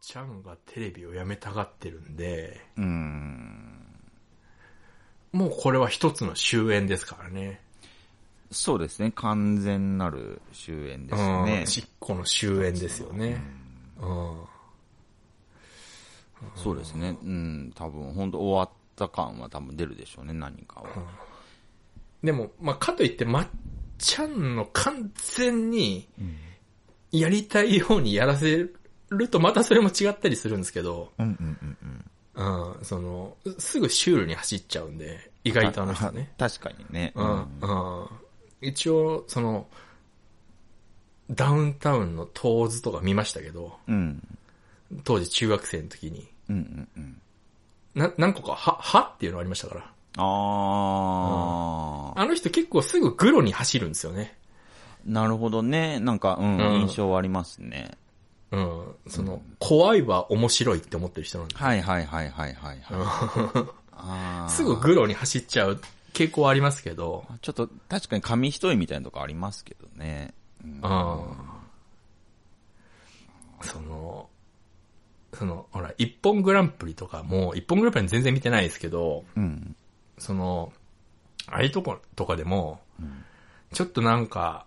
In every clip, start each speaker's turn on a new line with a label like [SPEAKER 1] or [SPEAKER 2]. [SPEAKER 1] ちゃんがテレビをやめたがってるんで、
[SPEAKER 2] うーん。
[SPEAKER 1] もうこれは一つの終焉ですからね。
[SPEAKER 2] そうですね。完全なる終焉です
[SPEAKER 1] うん
[SPEAKER 2] ね。
[SPEAKER 1] しっこの終焉ですよね。うん。
[SPEAKER 2] そうですね。うん。多分、本当終わった感は多分出るでしょうね、何かは。
[SPEAKER 1] でも、まあ、かといって、まっちゃんの完全に、やりたいようにやらせると、またそれも違ったりするんですけど、
[SPEAKER 2] うんうんうんうん。
[SPEAKER 1] うん、その、すぐシュールに走っちゃうんで、意外とあの人ね。
[SPEAKER 2] あ。 確かにね。
[SPEAKER 1] うん、うん。一応、その、ダウンタウンの当図とか見ましたけど、
[SPEAKER 2] うん。
[SPEAKER 1] 当時中学生の時に、
[SPEAKER 2] うんうんうん。
[SPEAKER 1] な、何個か、は、はっていうのありましたから。
[SPEAKER 2] あー。
[SPEAKER 1] あの人結構すぐグロに走るんですよね。
[SPEAKER 2] なるほどね。なんか、うん、
[SPEAKER 1] うん
[SPEAKER 2] 印象はありますね。
[SPEAKER 1] うん。その、怖いは面白いって思ってる人なんで。
[SPEAKER 2] はいはいはいはいはい、はい。あー
[SPEAKER 1] すぐグロに走っちゃう傾向はありますけど、
[SPEAKER 2] ちょっと、確かに紙一重みたいなとこありますけどね。うん
[SPEAKER 1] う。ん。その、その、ほら、一本グランプリとかも、一本グランプリは全然見てないですけど、
[SPEAKER 2] うん。
[SPEAKER 1] その、ああいうとことかでも、ちょっとなんか、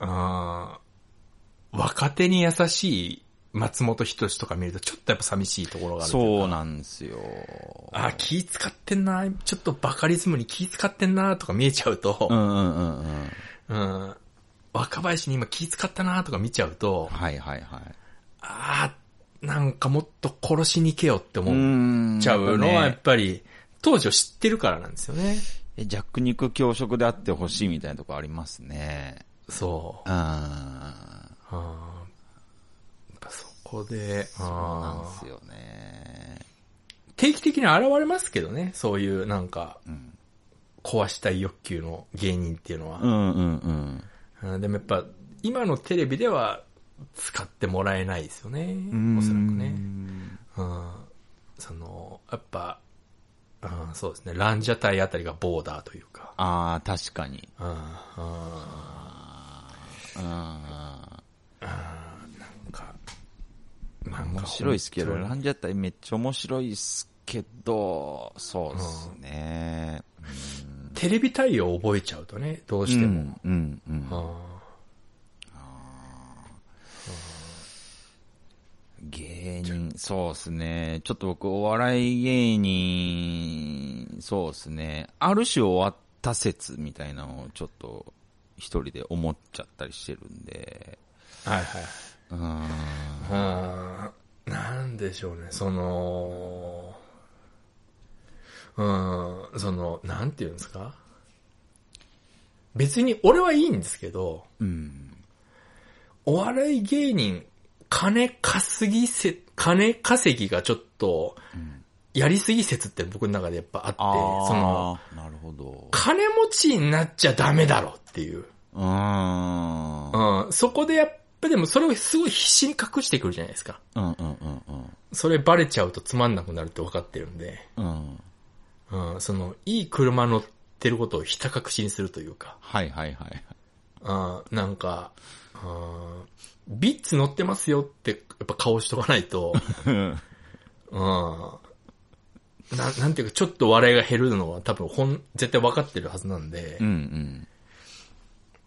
[SPEAKER 1] あー若手に優しい松本人志とか見ると、ちょっとやっぱ寂しいところがあるというか
[SPEAKER 2] そうなんですよ。
[SPEAKER 1] あ、気使ってんな、ちょっとバカリズムに気使ってんな、とか見えちゃう
[SPEAKER 2] う
[SPEAKER 1] と、
[SPEAKER 2] んうんうんうん。
[SPEAKER 1] うん、若林に今気使ったな、とか見ちゃうと、
[SPEAKER 2] はいはいはい。
[SPEAKER 1] あーなんかもっと殺しに行けよって思っ
[SPEAKER 2] ん
[SPEAKER 1] ちゃうのは、や
[SPEAKER 2] や
[SPEAKER 1] っ
[SPEAKER 2] っぱね
[SPEAKER 1] ぱり、当時を知ってるからなんですよね。
[SPEAKER 2] え弱肉強食であってほしいみたいなとこありますね。
[SPEAKER 1] そう。
[SPEAKER 2] うん。あ
[SPEAKER 1] あーやっぱそこで、
[SPEAKER 2] ーな
[SPEAKER 1] あ
[SPEAKER 2] ん
[SPEAKER 1] ー
[SPEAKER 2] ですよね。
[SPEAKER 1] 定期的に現れますけどね、そういうなんか、
[SPEAKER 2] うん。
[SPEAKER 1] 壊したい欲求の芸人っていうのは
[SPEAKER 2] う。んうんうん。
[SPEAKER 1] うんでもやっぱ、今のテレビでは使ってもらえないですよね。おそらくね。うん。その、やっぱ、うん、そうですね。ランジャタイあたりがボーダーというか。
[SPEAKER 2] ああ、確かに。
[SPEAKER 1] うん。うん。な
[SPEAKER 2] うん。
[SPEAKER 1] んか、なんか
[SPEAKER 2] 面白いですけど、
[SPEAKER 1] 本当に
[SPEAKER 2] ランジャタイめっちゃ面白いですけど、そうですね。
[SPEAKER 1] テレビ対応を覚えちゃうとね、どう
[SPEAKER 2] う
[SPEAKER 1] しても。
[SPEAKER 2] ん、うん、うん。芸人、そうですね。ちょっと僕、お笑い芸人、そうですね。ある種終わった説みたいなのをちょっと一人で思っちゃったりしてるんで。
[SPEAKER 1] はいはい。
[SPEAKER 2] うーん。
[SPEAKER 1] うんなんでしょうね、その、うん、その、なんていうんですか別に俺はいいんですけど、
[SPEAKER 2] うん。
[SPEAKER 1] お笑い芸人、金稼ぎせ、金稼ぎがちょっと、やりすぎ説って僕の中でやっぱあって、
[SPEAKER 2] ああ、
[SPEAKER 1] その、
[SPEAKER 2] なるほど。
[SPEAKER 1] 金持ちになっちゃダメだろっていう。
[SPEAKER 2] うーん。
[SPEAKER 1] うん、そこでやっぱでもそれをすごい必死に隠してくるじゃないですか。
[SPEAKER 2] うん、うん、うん、うん。
[SPEAKER 1] それバレちゃうとつまんなくなるって分かってるんで、
[SPEAKER 2] うん。
[SPEAKER 1] うん、その、いい車乗ってることをひた隠しにするというか、
[SPEAKER 2] はい、はい、はい。
[SPEAKER 1] あーなんか、あービッツ乗ってますよって、やっぱ顔しとかないと、 うん、ななんていうか、ちょっと笑いが減るのは多分本、絶対分かってるはずなんで
[SPEAKER 2] うん、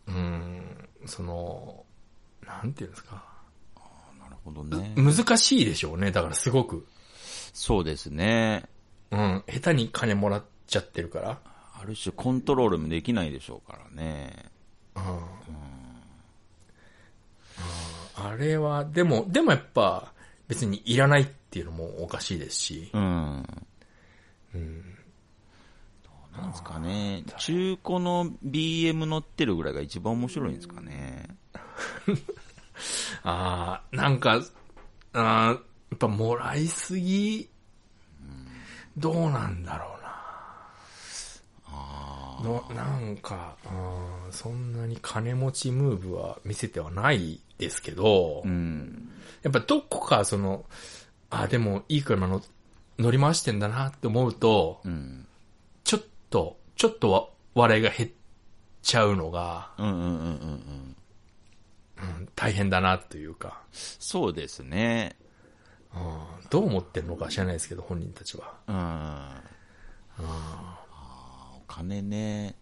[SPEAKER 2] う、ん。
[SPEAKER 1] うん、その、なんていうんですか、
[SPEAKER 2] なるほどね。
[SPEAKER 1] 難しいでしょうね、だからすごく。
[SPEAKER 2] そうですね。
[SPEAKER 1] うん、下手に金もらっちゃってるから。
[SPEAKER 2] ある種コントロールもできないでしょうからね。
[SPEAKER 1] あれは、でも、でもやっぱ、別にいらないっていうのもおかしいですし、
[SPEAKER 2] うん。どうなんですかね。中古の BM 乗ってるぐらいが一番面白いんですかね。
[SPEAKER 1] ああ、なんか、あーやっぱもらいすぎ、どうなんだろうな。のなんか、うんそんなに金持ちムーブは見せてはないですけど、
[SPEAKER 2] うん。
[SPEAKER 1] やっぱどこかその、あーでもいい車の乗り回してんだなって思うと、
[SPEAKER 2] うん。
[SPEAKER 1] ちょっと、ちょっとわ笑いが減っちゃうのが、
[SPEAKER 2] うんうんうんうんうん。
[SPEAKER 1] 大変だなというか。
[SPEAKER 2] そうですね。
[SPEAKER 1] うんどう思ってるのか知らないですけど、本人たちは。
[SPEAKER 2] うん。ああ、お金ね。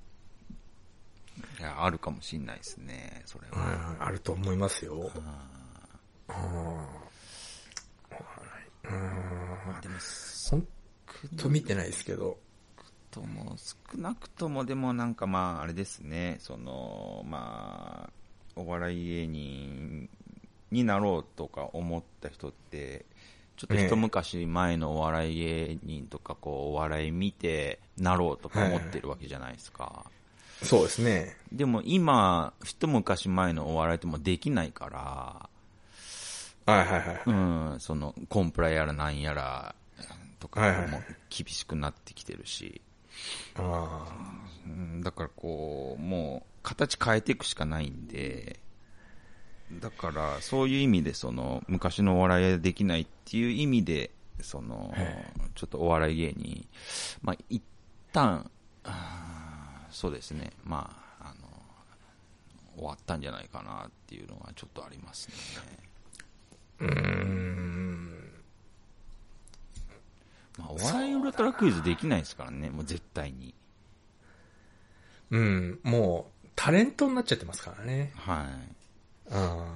[SPEAKER 2] いや、あるかもしんないですね、それ
[SPEAKER 1] う
[SPEAKER 2] は。
[SPEAKER 1] ん、あると思いますよ。
[SPEAKER 2] でも、す
[SPEAKER 1] 本当見てないですけど。
[SPEAKER 2] とも、少なくとも、でもなんかまあ、あれですね、その、まあ、お笑い芸人になろうとか思った人って、ちょっと
[SPEAKER 1] ええ
[SPEAKER 2] 一昔前のお笑い芸人とか、こう、お笑い見て、なろうとか思ってるわけじゃないですか。
[SPEAKER 1] そうですね。
[SPEAKER 2] でも今、一昔前のお笑いってもうできないから、
[SPEAKER 1] はいはいはい。
[SPEAKER 2] うん、その、コンプラやらなんやら、と
[SPEAKER 1] は
[SPEAKER 2] か
[SPEAKER 1] いはい、
[SPEAKER 2] もう厳しくなってきてるし、
[SPEAKER 1] あ
[SPEAKER 2] うん、だからこう、もう、形変えていくしかないんで、だから、そういう意味で、その、昔のお笑いができないっていう意味で、その
[SPEAKER 1] え、
[SPEAKER 2] ちょっとお笑い芸人、まあ、一旦、あーそうですね、まあ、あの、終わったんじゃないかなっていうのはちょっとありますね。うーん。まあ、お笑いウルトラクイズできないですからね、もう絶対に。
[SPEAKER 1] あ。うん、もう、タレントになっちゃってますからね。
[SPEAKER 2] はい。
[SPEAKER 1] あ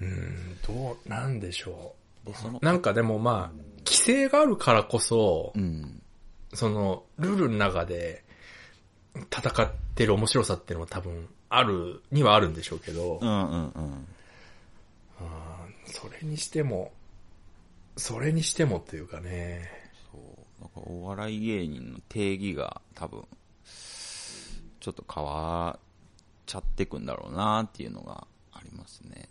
[SPEAKER 1] ーうん、どう、なんでしょ
[SPEAKER 2] で、その
[SPEAKER 1] う。、なんかでもまあ、規制があるからこそ
[SPEAKER 2] う、ん。
[SPEAKER 1] その、ルールの中で、戦ってる面白さっていうのも多分、ある、にはあるんでしょうけど、
[SPEAKER 2] うんうんうん。
[SPEAKER 1] それにしても、それにしてもっていうかね、
[SPEAKER 2] そう。だからお笑い芸人の定義が多分、ちょっと変わっちゃってくんだろうなっていうのがありますね。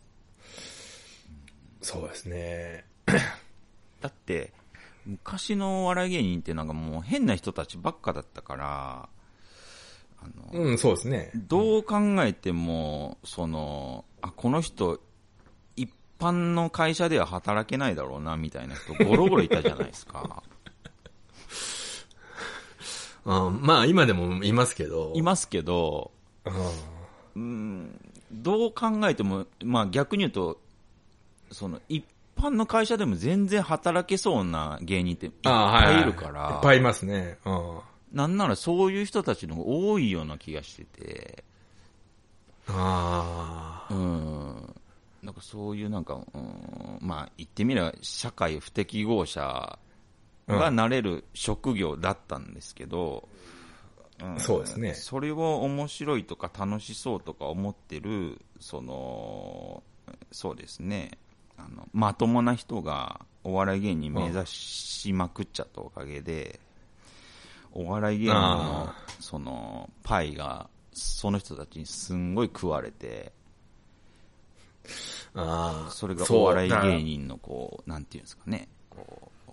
[SPEAKER 1] そうですね。
[SPEAKER 2] だって、昔のお笑い芸人ってなんかもう変な人たちばっかだったから、あの、
[SPEAKER 1] うん、そうですね。
[SPEAKER 2] どう考えても、その、あ、この人、一般の会社では働けないだろうな、みたいな人、ゴロゴロいたじゃないですか。
[SPEAKER 1] うん、まあ今でもいますけど、
[SPEAKER 2] いますけど、
[SPEAKER 1] うん、
[SPEAKER 2] どう考えても、まあ逆に言うと、その一般の会社でも全然働けそうな芸人っていっ
[SPEAKER 1] あー
[SPEAKER 2] ぱいいるか
[SPEAKER 1] いっ
[SPEAKER 2] ら、
[SPEAKER 1] ぱいいますね。うん。
[SPEAKER 2] なんならそういう人たちの方が多いような気がしてて、
[SPEAKER 1] ああ。
[SPEAKER 2] うん。なんかそういうなんか、うん、まあ言ってみれば社会不適合者がなれる職業だったんですけど、ん
[SPEAKER 1] そうですね
[SPEAKER 2] それを面白いとか楽しそうとか思ってる、その、そうですね、あの、まともな人がお笑い芸人目指しまくっちゃったおかげで、お笑い芸人の
[SPEAKER 1] あ、
[SPEAKER 2] その、パイが、その人たちにすんごい食われて、
[SPEAKER 1] ああ。
[SPEAKER 2] それがお笑い芸
[SPEAKER 1] 人。
[SPEAKER 2] 人のこう、なんていうんですかね、こう、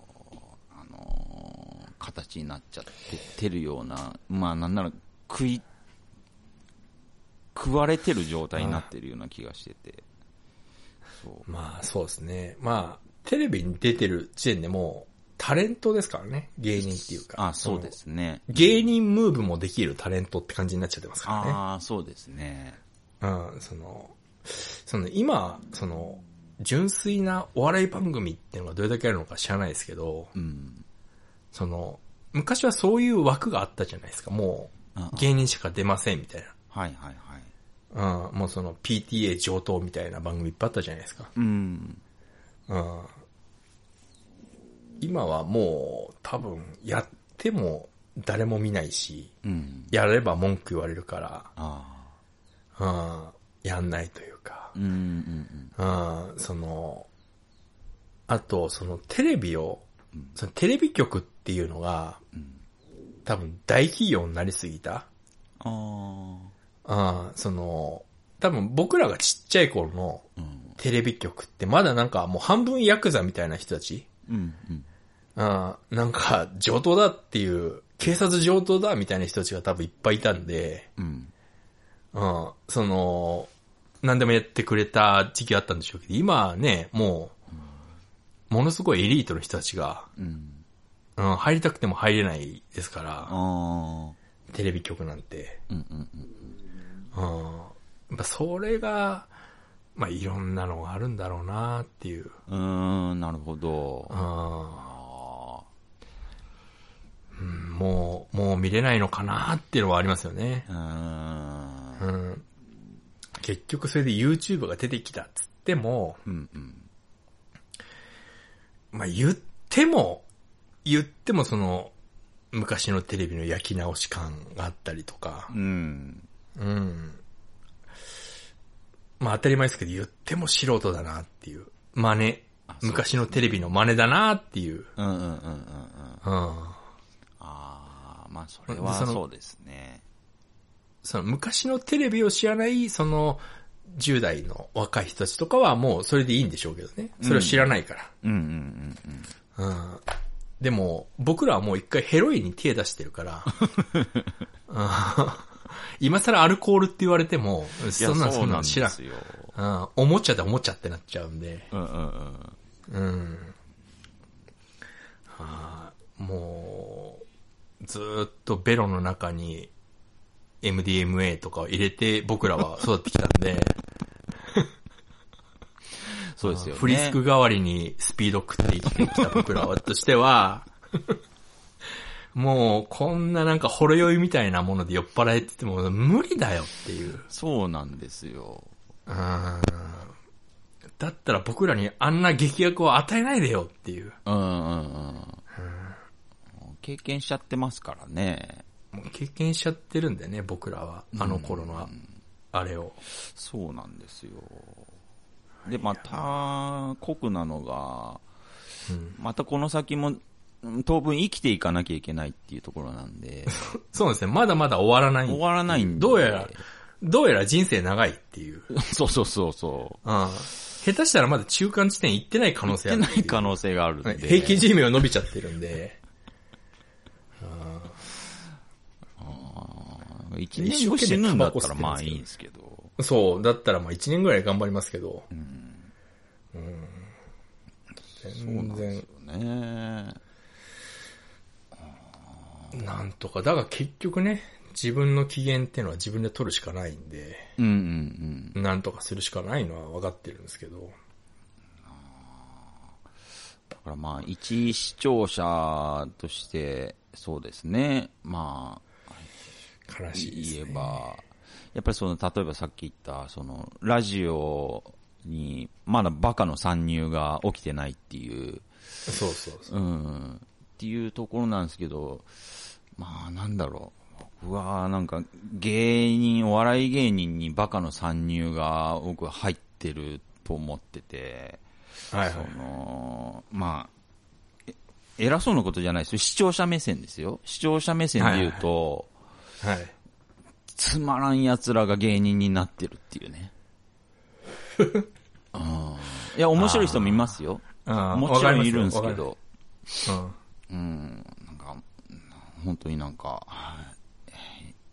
[SPEAKER 2] あのー形になっちゃってってるような、まあなんなら食い、食われてる状態になってるような気がしてて。そう。
[SPEAKER 1] まあそうですね。まあ、テレビに出てる時点でもう、タレントですからね。芸人っていうか。
[SPEAKER 2] あ、そうで。すね。
[SPEAKER 1] 芸人ムーブもできるタレントって感じになっちゃってますからね。
[SPEAKER 2] ああ、そうですね。
[SPEAKER 1] うん、その、その今、その、純粋なお笑い番組っていうのがどれだけあるのか知らないですけど、
[SPEAKER 2] うん。
[SPEAKER 1] その、昔はそういう枠があったじゃないですか。も
[SPEAKER 2] あ
[SPEAKER 1] う、芸人しか出ませんみたい
[SPEAKER 2] はいはいはい。
[SPEAKER 1] な。うん、もうその PTA 上等みたいな番組いっぱいあったじゃないですか。
[SPEAKER 2] うん。
[SPEAKER 1] うん。今はもう、多分、やっても誰も見ないし、
[SPEAKER 2] うん。
[SPEAKER 1] やれば文句言われるか
[SPEAKER 2] あ
[SPEAKER 1] ら、うん、やんないというか
[SPEAKER 2] あ。う、んうん
[SPEAKER 1] うん、その、あと、そのテレビを、そのテレビ局っていうのが、多分大企業になりすぎた。
[SPEAKER 2] うん。あ
[SPEAKER 1] うん、その、多分僕らがちっちゃい頃の
[SPEAKER 2] あ。うん。
[SPEAKER 1] テレビ局ってまだなんかもう半分ヤクザみたいな人たち、
[SPEAKER 2] うんうん。
[SPEAKER 1] うん、なんか上等だっていう、警察上等だみたいな人たちが多分いっぱいいたんで、
[SPEAKER 2] うん。
[SPEAKER 1] うん、その、何でもやってくれた時期あったんでしょうけど、今はね、もう、ものすごいエリートの人たちが、
[SPEAKER 2] うん。
[SPEAKER 1] うん、入りたくても入れないですから、
[SPEAKER 2] ああ。
[SPEAKER 1] テレビ局なんて。
[SPEAKER 2] うんうんう
[SPEAKER 1] う
[SPEAKER 2] ん。
[SPEAKER 1] ん。やっぱそれが、まあ、いろんなのがあるんだろうなっていう。
[SPEAKER 2] うーん、なるほど。
[SPEAKER 1] あ
[SPEAKER 2] あ
[SPEAKER 1] ーうんもう、もう見れないのかなっていうのはありますよね
[SPEAKER 2] ー。うー。
[SPEAKER 1] うんん。結局それで YouTube が出てきたっつっても、
[SPEAKER 2] うんうん。
[SPEAKER 1] まあ、言っても、言ってもその、昔のテレビの焼き直し感があったりとか
[SPEAKER 2] う、ん。
[SPEAKER 1] うん。まあ当たり前ですけど、言っても素人だなっていう。真似。
[SPEAKER 2] そう
[SPEAKER 1] 昔のテレビの真似だなっていう。
[SPEAKER 2] うんうんうんう
[SPEAKER 1] う
[SPEAKER 2] んうん。
[SPEAKER 1] ん。
[SPEAKER 2] ああ、まあそれ
[SPEAKER 1] で
[SPEAKER 2] は
[SPEAKER 1] その
[SPEAKER 2] そうですね。
[SPEAKER 1] その昔のテレビを知らない、その、10代の若い人たちとかはもうそれでいいんでしょうけどね。それを知らないか
[SPEAKER 2] うんうんうんうん。
[SPEAKER 1] ら。うん。でも、僕らはもう一回ヘロインに手出してるから。うん今更アルコールって言われても、
[SPEAKER 2] いや
[SPEAKER 1] そんなんそんなん
[SPEAKER 2] です
[SPEAKER 1] 知らん。
[SPEAKER 2] よ。
[SPEAKER 1] うん。おもちゃでおもちゃってなっちゃうんで。
[SPEAKER 2] うんうんう
[SPEAKER 1] う
[SPEAKER 2] ん。
[SPEAKER 1] ん。はあ、もう、ずーっとベロの中に MDMA とかを入れて僕らは育ってきたんで、
[SPEAKER 2] そうですよね。
[SPEAKER 1] フリスク代わりにスピード食って生きてきた僕らはとしては、もうこんななんかほろ酔いみたいなもので酔っ払えって言っても無理だよっていう。
[SPEAKER 2] そうなんですよ。
[SPEAKER 1] うんだったら僕らにあんな劇薬を与えないでよっていう。
[SPEAKER 2] うんうんうん。経験しちゃってますからね。
[SPEAKER 1] もう経験しちゃってるんだよね、僕らは。あの頃のあ、あれを。
[SPEAKER 2] そうなんですよ。で、また、酷なのが、
[SPEAKER 1] うん
[SPEAKER 2] またこの先も、うん当分生きていかなきゃいけないっていうところなん で、
[SPEAKER 1] そうですね、まだまだ終わらない。
[SPEAKER 2] 終わらないんで。
[SPEAKER 1] どうやら、どうやら人生長いっていう。うん。
[SPEAKER 2] そうそうそうそう。
[SPEAKER 1] 下手したらまだ中間地点行ってない可能性あ
[SPEAKER 2] 出
[SPEAKER 1] る
[SPEAKER 2] な
[SPEAKER 1] ってう
[SPEAKER 2] い可能性があるんで。
[SPEAKER 1] 平均寿命伸びちゃってるんで。
[SPEAKER 2] 一年後死ぬんだったらまあいいんですけど。
[SPEAKER 1] そう、だったらまあ1年ぐらい頑張りますけど。うん。全然、
[SPEAKER 2] ね
[SPEAKER 1] なんとか。だが結局ね、自分の機嫌っていうのは自分で取るしかないんで、
[SPEAKER 2] うんうんうん。
[SPEAKER 1] なんとかするしかないのは分かってるんですけど。
[SPEAKER 2] だからまあ、一視聴者として、そうですね。まあ、
[SPEAKER 1] 悲しいです、ね。
[SPEAKER 2] 言えば、やっぱりその、例えばさっき言った、その、ラジオに、まだバカの参入が起きてないっていう、
[SPEAKER 1] そうそうそう。
[SPEAKER 2] うん、っていうところなんですけど、まあ、なんだろう。僕は、なんか、芸人、お笑い芸人にバカの参入が、僕は入ってると思ってて、
[SPEAKER 1] はい
[SPEAKER 2] そ
[SPEAKER 1] はい。
[SPEAKER 2] の、まあ、え偉そうなことじゃないですよ。視聴者目線ですよ。視聴者目線で言うと、
[SPEAKER 1] はい。
[SPEAKER 2] つまらん奴らが芸人になってるっていう ね。うんいや、面白い人もいますよ。
[SPEAKER 1] あー
[SPEAKER 2] もちろんいるんですけ。
[SPEAKER 1] わ
[SPEAKER 2] ど、
[SPEAKER 1] か
[SPEAKER 2] うん、なんか、本当になんか、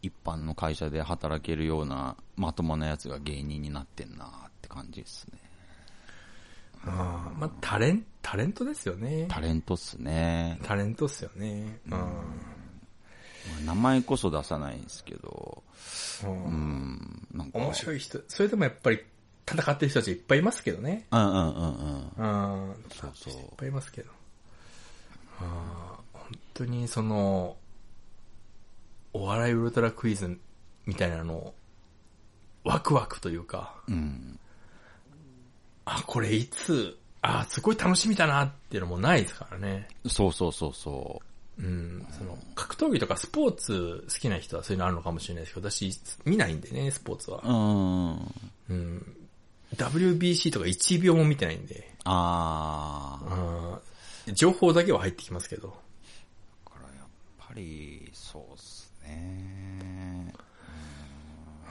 [SPEAKER 2] 一般の会社で働けるようなまともな奴が芸人になってんなって感じですね。
[SPEAKER 1] りますわかりますうん。まあ、タレン、タレントですよね。
[SPEAKER 2] タレントっすね。
[SPEAKER 1] タレントっすよね。うん。
[SPEAKER 2] 名前こそ出さないんですけど、
[SPEAKER 1] うん
[SPEAKER 2] うん、なんか、
[SPEAKER 1] 面白い人、それでもやっぱり戦ってる人たちいっぱいいますけどね。
[SPEAKER 2] うんうんうんうん。
[SPEAKER 1] うん。
[SPEAKER 2] そうそ
[SPEAKER 1] いっ
[SPEAKER 2] う。
[SPEAKER 1] ぱいいますけど。あー本当にその、お笑いウルトラクイズみたいなのを、ワクワクというか、
[SPEAKER 2] うん。
[SPEAKER 1] あ、これいつ、あ、すごい楽しみだなっていうのもないですからね。
[SPEAKER 2] そうそうそうそう。
[SPEAKER 1] うん、その、格闘技とかスポーツ好きな人はそういうのあるのかもしれないですけど、私見ないんでね、スポーツは。
[SPEAKER 2] うん。
[SPEAKER 1] うん。WBC とか1秒も見てないんで、
[SPEAKER 2] ああ。だ
[SPEAKER 1] うん、情報だけは入ってきますけど。
[SPEAKER 2] からやっぱり、そうっすね。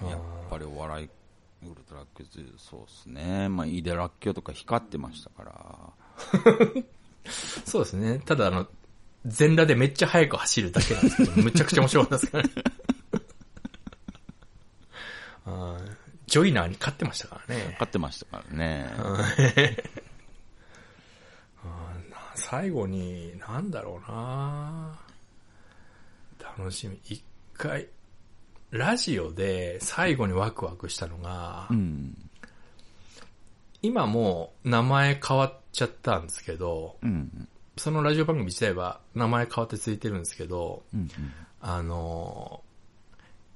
[SPEAKER 2] うんやっぱりお笑い、ウルトラクイズ、そうっすね。まあ、イデラッキョとか光ってましたから。
[SPEAKER 1] そうですね。ただあの、全裸でめっちゃ速く走るだけなんですけ ど、むちゃくちゃ面白かったですからね。あージョイナーに勝ってましたからね。
[SPEAKER 2] 光ってましたからね。
[SPEAKER 1] 最後に、なんだろうな楽しみ。一回、ラジオで最後にワクワクしたのが、
[SPEAKER 2] うん。
[SPEAKER 1] 今もう名前変わっちゃったんですけど、
[SPEAKER 2] うん。
[SPEAKER 1] そのラジオ番組自体は名前変わってついてるんですけど、
[SPEAKER 2] うん。
[SPEAKER 1] あの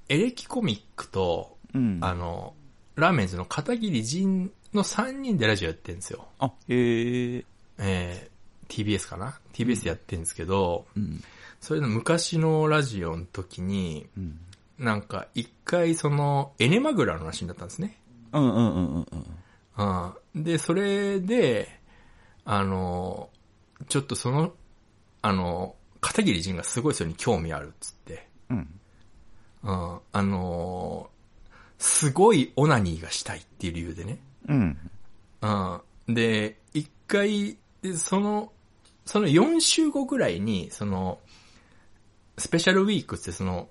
[SPEAKER 1] ー、エレキコミックと、
[SPEAKER 2] うん。
[SPEAKER 1] あの、ラーメンズの片桐仁の3人でラジオやってるんですよ。
[SPEAKER 2] あ、ええ。
[SPEAKER 1] えー、TBS かな ?TBS やってるんですけど、
[SPEAKER 2] うん。
[SPEAKER 1] それの昔のラジオの時に、
[SPEAKER 2] うん。
[SPEAKER 1] なんか一回その、エネマグラの話になったんですね。
[SPEAKER 2] うんうんうんうんうん。
[SPEAKER 1] うん。で、それで、あの、ちょっとその、あの、片桐仁がすごいそれに興味あるっつって、
[SPEAKER 2] うん。
[SPEAKER 1] うん。あの、すごいオナニーがしたいっていう理由でね。
[SPEAKER 2] うん。
[SPEAKER 1] うん。で、一回、で、その、その4週後ぐらいに、その、スペシャルウィークってその、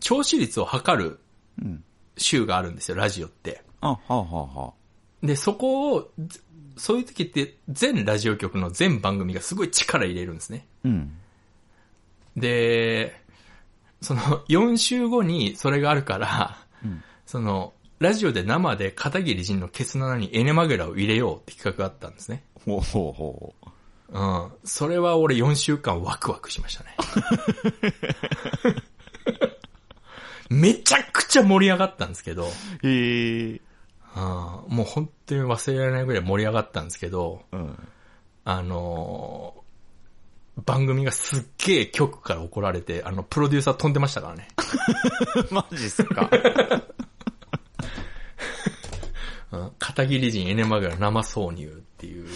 [SPEAKER 1] 聴取率を測る
[SPEAKER 2] うん。
[SPEAKER 1] 週があるんですよ、ラジオって。
[SPEAKER 2] あ、はあはあはあ。
[SPEAKER 1] で、そこを、ずそういう時って全ラジオ局の全番組がすごい力入れるんですね。
[SPEAKER 2] うん。
[SPEAKER 1] で、その4週後にそれがあるから、
[SPEAKER 2] うん
[SPEAKER 1] その、ラジオで生で片桐仁のケツの穴にエネマグラを入れようって企画があったんですね。
[SPEAKER 2] ほうほうほう。
[SPEAKER 1] うん。それは俺4週間ワクワクしましたね。 めちゃくちゃ盛り上がったんですけど、
[SPEAKER 2] へ
[SPEAKER 1] う
[SPEAKER 2] え。
[SPEAKER 1] んもう本当に忘れられないぐらい盛り上がったんですけど、
[SPEAKER 2] うん。
[SPEAKER 1] あのー番組がすっげえ局から怒られて、あの、プロデューサー飛んでましたからね。
[SPEAKER 2] マジっすか。
[SPEAKER 1] うん、片桐人エネマグラ生挿入っていう。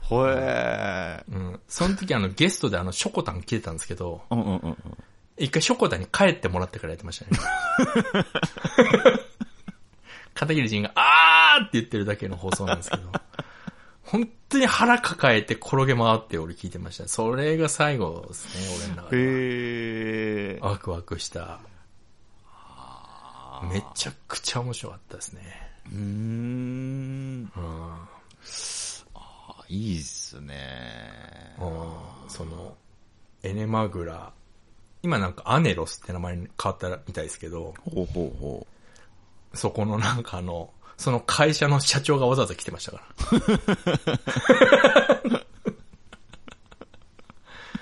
[SPEAKER 2] ほえ。
[SPEAKER 1] うん、その時あの、ゲストであの、ショコタン来てたんですけど、
[SPEAKER 2] うんうんうん。
[SPEAKER 1] 一回ショコタンに帰ってもらってからやってましたね。片桐人が、あーって言ってるだけの放送なんですけど。本当に腹抱えて転げ回って俺聞いてましたね。それが最後ですね、俺の中では。
[SPEAKER 2] へえ。
[SPEAKER 1] ワクワクした。めちゃくちゃ面白かったですね。
[SPEAKER 2] うーん。
[SPEAKER 1] うん。
[SPEAKER 2] あいいっすね。
[SPEAKER 1] その、エネマグラ。今なんかアネロスって名前に変わったみたいですけど、
[SPEAKER 2] ほうほうほ
[SPEAKER 1] そこのなんかあの、その会社の社長がわざわざ来てましたか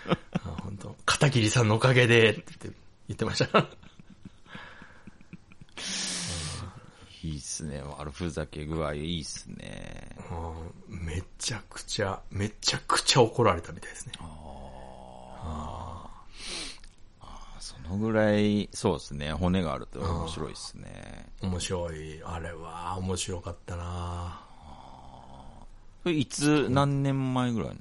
[SPEAKER 1] ら。あ本当片桐さんのおかげでって言って言ってましたから。
[SPEAKER 2] う。いいっすね。悪ふざけ具合いいっすね。
[SPEAKER 1] うんめちゃくちゃ、めちゃくちゃ怒られたみたいですね。
[SPEAKER 2] そのぐらい、そうですね。骨があると面白いですね。
[SPEAKER 1] 面白い。あれは面白かったな
[SPEAKER 2] それいつ、何年前ぐらいなん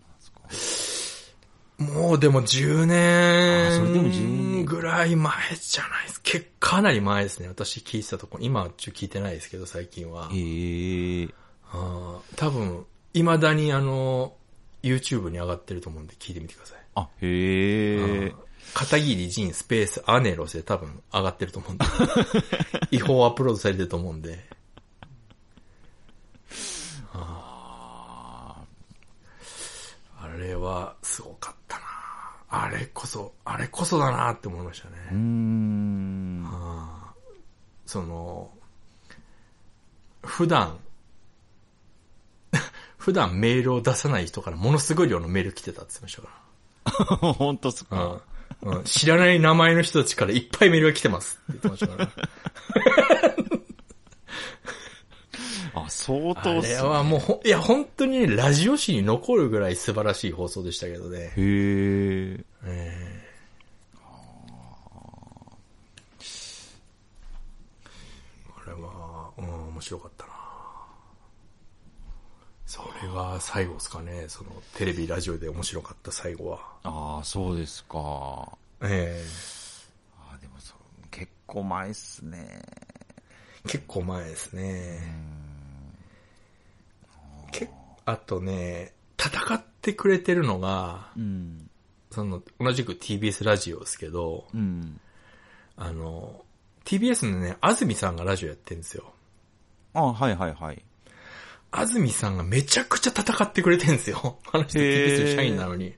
[SPEAKER 2] ですか
[SPEAKER 1] もうでも10
[SPEAKER 2] あそれでも10
[SPEAKER 1] 年
[SPEAKER 2] 年
[SPEAKER 1] ぐらい前じゃないですか。結構かなり前ですね。私聞いてたとこに。今はちょっと聞いてないですけど、最近は
[SPEAKER 2] へ。え。
[SPEAKER 1] あー多分、未だにあの、YouTube に上がってると思うんで聞いてみてください。
[SPEAKER 2] あ、へえ。
[SPEAKER 1] 片桐仁スペースアネロスで多分上がってると思 うんで。違法アップロードされてると思うんで。あーあれはすごかったなあれこそ、あれこそだなって思いましたね。
[SPEAKER 2] うーん。
[SPEAKER 1] その、普段、 普段メールを出さない人からものすごい量のメール来てたって言ってましたから。
[SPEAKER 2] 本当っすか。
[SPEAKER 1] うんうん知らない名前の人たちからいっぱいメールが来てますって言ってましたから。
[SPEAKER 2] あ、相
[SPEAKER 1] あ
[SPEAKER 2] 当っすね
[SPEAKER 1] れはもうほん、いや、本当にねラジオ史に残るぐらい素晴らしい放送でしたけどね。
[SPEAKER 2] へえ。
[SPEAKER 1] えーあれは、うん、面白かったなそれが最後ですかね。その、テレビ、ラジオで面白かった最後は。
[SPEAKER 2] ああ、そうですか。あ
[SPEAKER 1] ええ
[SPEAKER 2] ーでもそう、結構前っすね。
[SPEAKER 1] 結構前ですね。けあとね、戦ってくれてるのが、
[SPEAKER 2] うん。
[SPEAKER 1] その、同じく TBS ラジオですけど、
[SPEAKER 2] うん。
[SPEAKER 1] あの、TBS のね、安住さんがラジオやってるんですよ。
[SPEAKER 2] あはいはいはい。
[SPEAKER 1] 安住さんがめちゃくちゃ戦ってくれてるんですよ。 あの人
[SPEAKER 2] へ
[SPEAKER 1] TBS
[SPEAKER 2] ー
[SPEAKER 1] の社員なのに。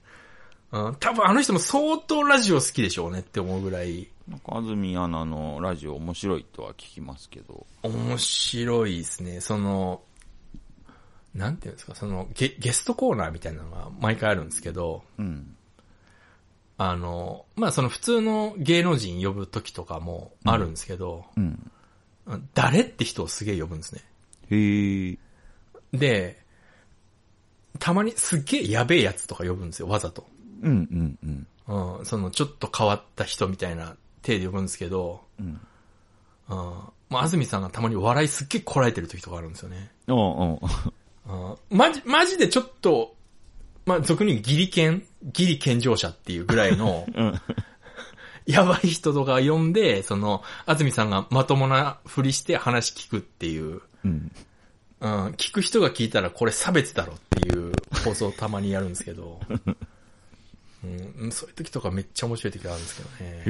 [SPEAKER 1] うん、多分あの人も相当ラジオ好きでしょうねって思うぐらい、
[SPEAKER 2] なんか、安住アナのラジオ面白いとは聞きますけど。
[SPEAKER 1] 面白いですね。その、なんていうんですか、そのゲ、ゲストコーナーみたいなのが毎回あるんですけど、
[SPEAKER 2] うん。
[SPEAKER 1] あの、まあ、その普通の芸能人呼ぶ時とかもあるんですけど、
[SPEAKER 2] うん。
[SPEAKER 1] 誰って人をすげえ呼ぶんですね。
[SPEAKER 2] へえ。
[SPEAKER 1] で、たまにすっげえやべえやつとか呼ぶんですよ、わざと。
[SPEAKER 2] うんうんうん。
[SPEAKER 1] うん、そのちょっと変わった人みたいな手で呼ぶんですけど、
[SPEAKER 2] うん。
[SPEAKER 1] うん、まあ、安住さんがたまに笑いすっげえこらえてる時とかあるんですよね。
[SPEAKER 2] おうおう。
[SPEAKER 1] うん、マジ、マジでちょっと、まあ、俗に言うギリ剣ギリ健常者っていうぐらいの、
[SPEAKER 2] うん。
[SPEAKER 1] やばい人とか呼んで、その、安住さんがまともなふりして話聞くっていう、
[SPEAKER 2] うん。
[SPEAKER 1] うん、聞く人が聞いたらこれ差別だろっていう放送をたまにやるんですけ ど、うん、そういう時とかめっちゃ面白い時あるんですけどね。
[SPEAKER 2] へ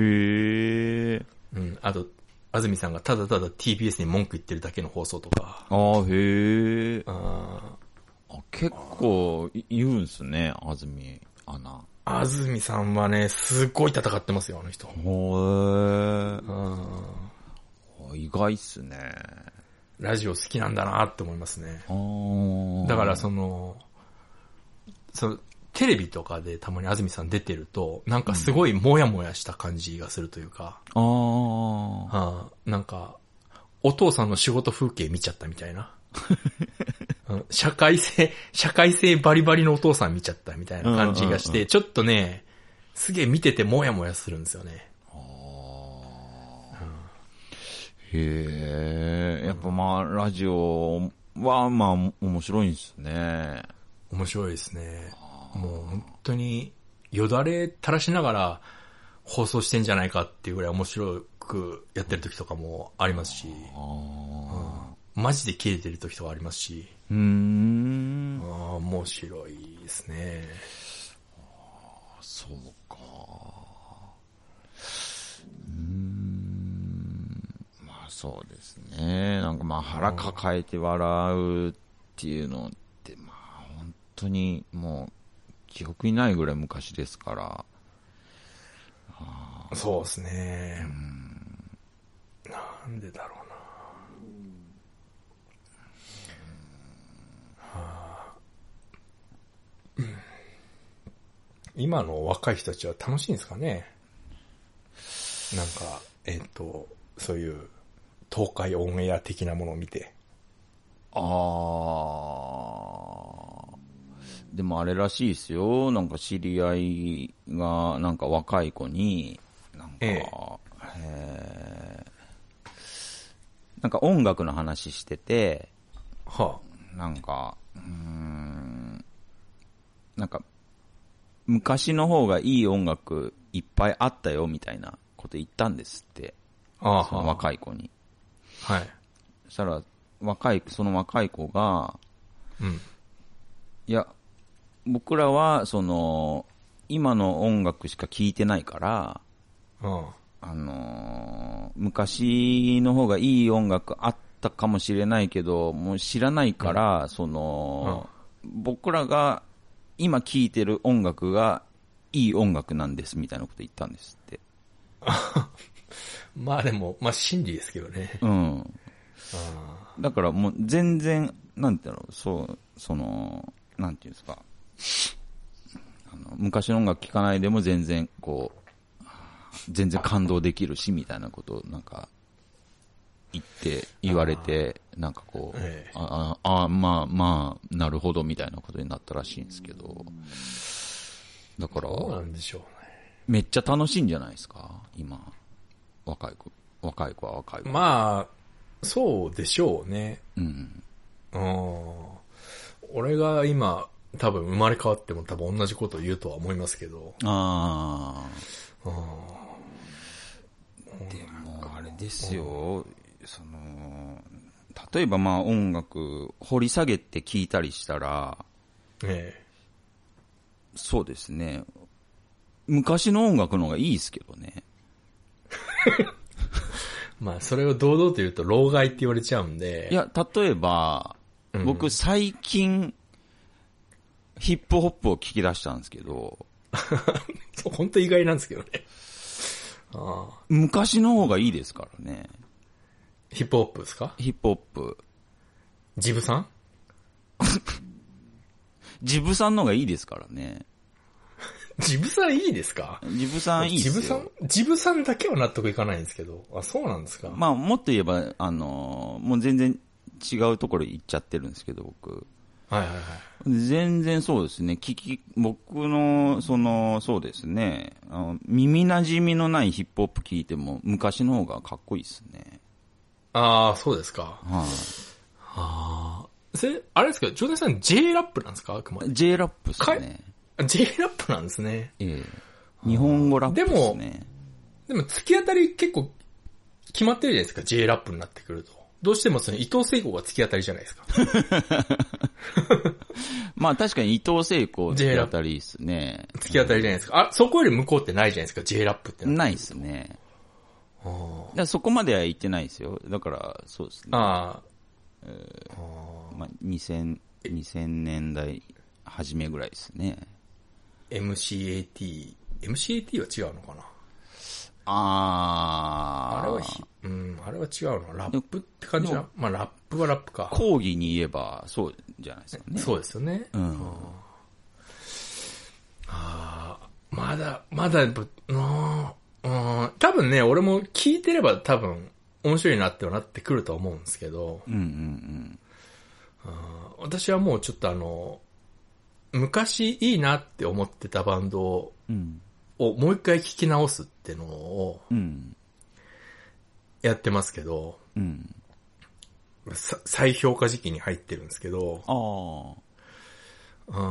[SPEAKER 2] え。
[SPEAKER 1] うん、あと、安住さんがただただ TBS に文句言ってるだけの放送とか、
[SPEAKER 2] あーへえ。
[SPEAKER 1] あ
[SPEAKER 2] あ結構い言うんすね、安住アナ。
[SPEAKER 1] ー安住さんはね、すごい戦ってますよ、あの人。
[SPEAKER 2] へ
[SPEAKER 1] うん
[SPEAKER 2] え。意外っすね。
[SPEAKER 1] ラジオ好きなんだなって思いますね。
[SPEAKER 2] あー
[SPEAKER 1] だからその、その、テレビとかでたまに安住さん出てると、なんかすごいもやもやした感じがするというか、あ
[SPEAKER 2] ああ。
[SPEAKER 1] ーなんか、お父さんの仕事風景見ちゃったみたい な。うん社会性、社会性バリバリのお父さん見ちゃったみたいな感じがし
[SPEAKER 2] うんうん
[SPEAKER 1] て、ちょっとね、すげえ見ててもやもやするんですよね。
[SPEAKER 2] へえ、やっぱまあ、ラジオはまあ、面白いんですね。
[SPEAKER 1] 面白いですね。もう本当に、よだれ垂らしながら放送してんじゃないかっていうぐらい面白くやってる時とかもありますし、
[SPEAKER 2] ああ。
[SPEAKER 1] マジで切れてる時とかありますし、
[SPEAKER 2] うーん。
[SPEAKER 1] ああ、面白いですね。
[SPEAKER 2] そうか。うーん。まあ、そうですね。なんかまあ、腹抱えて笑うっていうのって、まあ、本当にもう、記憶にないぐらい昔ですから。
[SPEAKER 1] そうですね。なんでだろうな。はあうん今の若い人たちは楽しいんですかねなんか、えっ、と、そういう東海オンエア的なものを見て。
[SPEAKER 2] あーでもあれらしいですよ。なんか知り合いが、なんか若い子に、なんか、
[SPEAKER 1] え
[SPEAKER 2] えーなんか音楽の話してて、
[SPEAKER 1] は
[SPEAKER 2] なんか、うーん、なんか、昔の方がいい音楽いっぱいあったよ、みたいなこと言ったんですって。
[SPEAKER 1] あ、ああ
[SPEAKER 2] その若い子に。
[SPEAKER 1] はい。
[SPEAKER 2] そしたら、若い、その若い子が、
[SPEAKER 1] うん。
[SPEAKER 2] いや、僕らは、その、今の音楽しか聴いてないから、
[SPEAKER 1] あ
[SPEAKER 2] あのー昔の方がいい音楽あったかもしれないけど、もう知らないから、その、僕らが今聴いてる音楽がいい音楽なんですみたいなこと言ったんですって。
[SPEAKER 1] あまあでも、まあ真理ですけどね。
[SPEAKER 2] うん。
[SPEAKER 1] あ
[SPEAKER 2] だからもう全然、なんていうの、そう、その、なんていうんですか。あの昔の音楽聴かないでも全然、こう、全然感動できるし、みたいなことを、なんか、言って、言われて、なんかこう、
[SPEAKER 1] ええ
[SPEAKER 2] ああ、あまあまあ、なるほど、みたいなことになったらしいんですけど、だか
[SPEAKER 1] あどうな
[SPEAKER 2] ら、
[SPEAKER 1] んでしょうね。
[SPEAKER 2] めっちゃ楽しいんじゃないですか、今、若い子、若い子は若い子。あ、
[SPEAKER 1] まあ、そうでしょうね。
[SPEAKER 2] うん。
[SPEAKER 1] うん。俺が今、多分生まれ変わっても多分同じことを言うとは思いますけど。
[SPEAKER 2] ああ。
[SPEAKER 1] うん。
[SPEAKER 2] でも、あれですよ、その、例えばまあ音楽掘り下げて聞いたりしたら、
[SPEAKER 1] ええ。
[SPEAKER 2] そうですね、昔の音楽の方がいいですけどね。
[SPEAKER 1] まあ、それを堂々と言うと、老害って言われちゃうんで。
[SPEAKER 2] い、や、例えば、
[SPEAKER 1] うん
[SPEAKER 2] 僕最近、ヒップホップを聞き出したんですけど、
[SPEAKER 1] そう本当意外なんですけどね。ああ。
[SPEAKER 2] 昔の方がいいですからね。
[SPEAKER 1] ヒップホップですか
[SPEAKER 2] ヒップホップ。
[SPEAKER 1] ジブさん
[SPEAKER 2] ジブさんの方がいいですからね。
[SPEAKER 1] ジブさんいいですか
[SPEAKER 2] ジブさんいいです
[SPEAKER 1] ジ
[SPEAKER 2] よ。
[SPEAKER 1] ブさん、ジブさんだけは納得いかないんですけど。あ、そうなんですか、
[SPEAKER 2] まあ、もっと言えば、あのーもう全然違うところ行っちゃってるんですけど、僕。
[SPEAKER 1] はいはいはい。
[SPEAKER 2] 全然そうですね。聞き、僕の、その、そうですね。あの耳馴染みのないヒップホップ聞いても、昔の方がかっこいいですね。
[SPEAKER 1] ああ、そうですか。
[SPEAKER 2] はい、
[SPEAKER 1] ああ。せ、あれですかジョネさん J ラップなんですかあくまで。
[SPEAKER 2] J ラップですね。
[SPEAKER 1] あ J ラップなんですね。
[SPEAKER 2] ええ。日本語ラップですね。
[SPEAKER 1] でも突き当たり結構決まってるじゃないですか J ラップになってくると。どうしてもその伊藤聖子が突き当たりじゃないですか。
[SPEAKER 2] まあ確かに伊藤聖子ってあたりですね。
[SPEAKER 1] 突き当たりじゃないですか。あ、そこより向こうってないじゃないですか J ラップってのは。
[SPEAKER 2] ないですね。
[SPEAKER 1] あー
[SPEAKER 2] だからそこまでは行ってないですよ。だから、そうですね。
[SPEAKER 1] あ
[SPEAKER 2] まあ、2000、2000年代初めぐらいですね。
[SPEAKER 1] ー、MCAT。MCAT は違うのかな
[SPEAKER 2] あー。
[SPEAKER 1] あれはひ、うん、あれは違うの。ラップって感じ
[SPEAKER 2] で
[SPEAKER 1] は。まあラップはラップか。
[SPEAKER 2] 講義に言えば、そうじゃないですかね。
[SPEAKER 1] そうですよね。
[SPEAKER 2] うん。
[SPEAKER 1] ああ、まだ、まだやっぱ、なあ、うん、多分ね、俺も聞いてれば多分、面白いなってはなってくると思うんですけど、
[SPEAKER 2] うんうんうん。
[SPEAKER 1] 私はもうちょっとあの、昔いいなって思ってたバンドを
[SPEAKER 2] うん。
[SPEAKER 1] もう一回聞き直すってのを
[SPEAKER 2] うん。
[SPEAKER 1] やってますけど、
[SPEAKER 2] うん。
[SPEAKER 1] さ再評価時期に入ってるんですけど、
[SPEAKER 2] ああ。
[SPEAKER 1] あ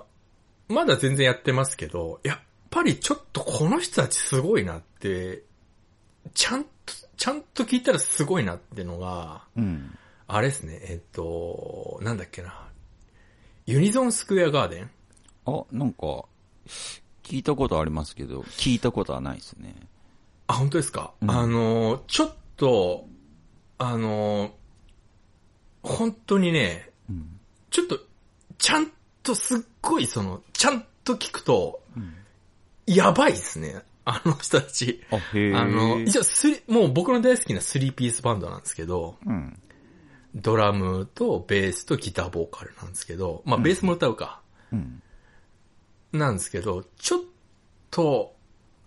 [SPEAKER 1] ーまだ全然やってますけど、やっぱりちょっとこの人たちすごいなって、ちゃんと、ちゃんと聞いたらすごいなってのが、
[SPEAKER 2] うん。
[SPEAKER 1] あれですね、えっ、と、なんだっけな。ユニゾンスクエアガーデン
[SPEAKER 2] あ、なんか、聞いたことありますけど、聞いたことはないですね。
[SPEAKER 1] あ、本当ですか、
[SPEAKER 2] うん
[SPEAKER 1] あの、ちょっと、あの、本当にね、
[SPEAKER 2] うん。
[SPEAKER 1] ちょっと、ちゃんとすっごいその、ちゃんと聞くと、
[SPEAKER 2] うん
[SPEAKER 1] やばいですね。あの人たち。
[SPEAKER 2] あ、へえ。
[SPEAKER 1] あの、一応スリ、もう僕の大好きなスリーピースバンドなんですけど、
[SPEAKER 2] うん。
[SPEAKER 1] ドラムとベースとギターボーカルなんですけど、まあベースも歌うか、
[SPEAKER 2] うん。
[SPEAKER 1] なんですけど、ちょっと、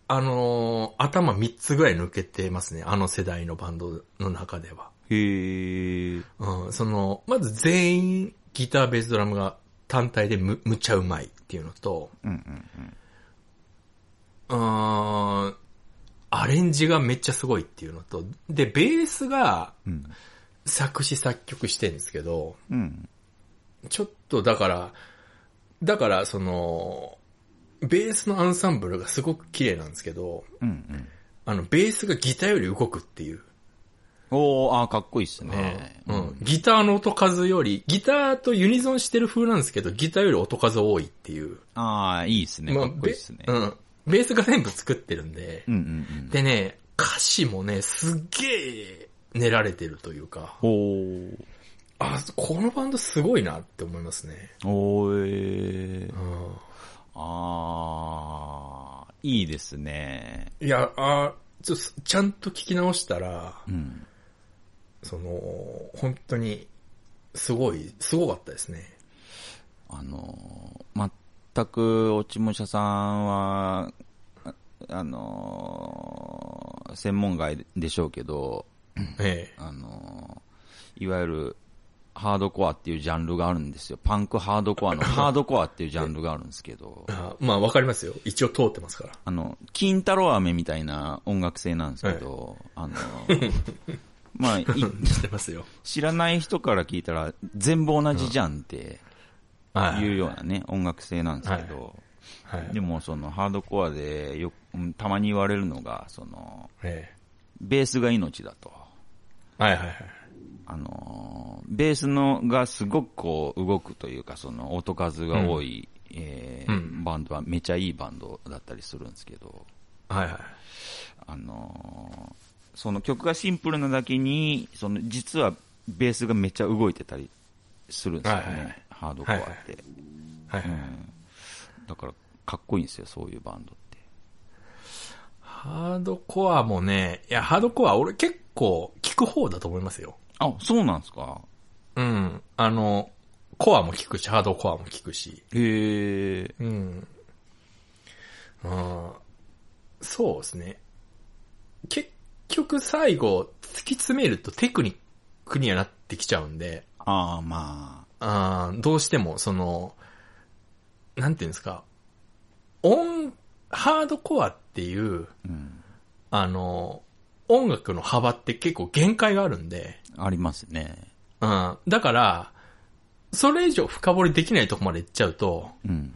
[SPEAKER 1] あのー頭3つぐらい抜けてますね。あの世代のバンドの中では。
[SPEAKER 2] へえ。
[SPEAKER 1] うん、その、まず全員ギター、ベース、ドラムが単体でむ、むちゃうまいっていうのと、
[SPEAKER 2] うんうんうん。
[SPEAKER 1] うーん、アレンジがめっちゃすごいっていうのと、で、ベースが
[SPEAKER 2] うん。
[SPEAKER 1] 作詞作曲してるんですけど、
[SPEAKER 2] うん。
[SPEAKER 1] ちょっとだから、だからその、ベースのアンサンブルがすごく綺麗なんですけど、
[SPEAKER 2] うんうん。
[SPEAKER 1] あの、ベースがギターより動くっていう。
[SPEAKER 2] おー、あーかっこいいっすね。
[SPEAKER 1] うん。ギターの音数より、ギターとユニゾンしてる風なんですけど、ギターより音数多いっていう。
[SPEAKER 2] ああ、いいっすね。かっこいいっすね。
[SPEAKER 1] べうん。ベースが全部作ってるんで
[SPEAKER 2] う、んうん
[SPEAKER 1] でね、歌詞もね、すっげえ練られてるというか、
[SPEAKER 2] うん。おー。
[SPEAKER 1] あ、このバンドすごいなって思いますね。
[SPEAKER 2] おーえー。
[SPEAKER 1] うん。
[SPEAKER 2] あー、いいですね。
[SPEAKER 1] いや、あちょちゃんと聞き直したら、
[SPEAKER 2] うん。
[SPEAKER 1] その、本当に、すごい、すごかったですね。
[SPEAKER 2] あのー、全く落ち武者さんは、ああのー、専門外でしょうけど、
[SPEAKER 1] ええ。
[SPEAKER 2] あのー、いわゆる、ハードコアっていうジャンルがあるんですよ。パンクハードコアの ハードコアっていうジャンルがあるんですけど、
[SPEAKER 1] あまあ、わかりますよ。一応通ってますから。
[SPEAKER 2] あの、金太郎飴みたいな音楽性なんですけど、あのー、まあ、 い
[SPEAKER 1] 知ってますよ。
[SPEAKER 2] 知らない人から聞いたら全部同じじゃんって
[SPEAKER 1] はいいう
[SPEAKER 2] ようなね、音楽性なんですけど、
[SPEAKER 1] はい。
[SPEAKER 2] でもそのハードコアでようんたまに言われるのが、その、
[SPEAKER 1] ええ。
[SPEAKER 2] ベースが命だと。
[SPEAKER 1] はいはいはい。
[SPEAKER 2] あのー、ベースのがすごくこう動くというか、その音数が多い、えー
[SPEAKER 1] うん
[SPEAKER 2] バンドはめちゃいいバンドだったりするんですけど、
[SPEAKER 1] はいはい。
[SPEAKER 2] あのーその曲がシンプルなだけに、その実はベースがめっちゃ動いてたりするんですよね、
[SPEAKER 1] はいはいはい
[SPEAKER 2] ハードコアって、
[SPEAKER 1] はいはいはい。
[SPEAKER 2] うん。だから、かっこいいんですよ、そういうバンドって。
[SPEAKER 1] ハードコアもね、いや、ハードコア俺結構聞く方だと思いますよ。
[SPEAKER 2] あ、そうなんですか
[SPEAKER 1] うん。あの、コアも聞くし、ハードコアも聞くし。
[SPEAKER 2] へえ。
[SPEAKER 1] うん。ああ、そうですね。結局最後、突き詰めるとテクニックにはなってきちゃうんで、
[SPEAKER 2] ああ、ま
[SPEAKER 1] ああ、どうしても、その、なんていうんですか、音、ハードコアっていう、
[SPEAKER 2] あ。うん。
[SPEAKER 1] あの、音楽の幅って結構限界があるんで、
[SPEAKER 2] ありますね。
[SPEAKER 1] うん。だから、それ以上深掘りできないとこまで行っちゃうと、
[SPEAKER 2] うん。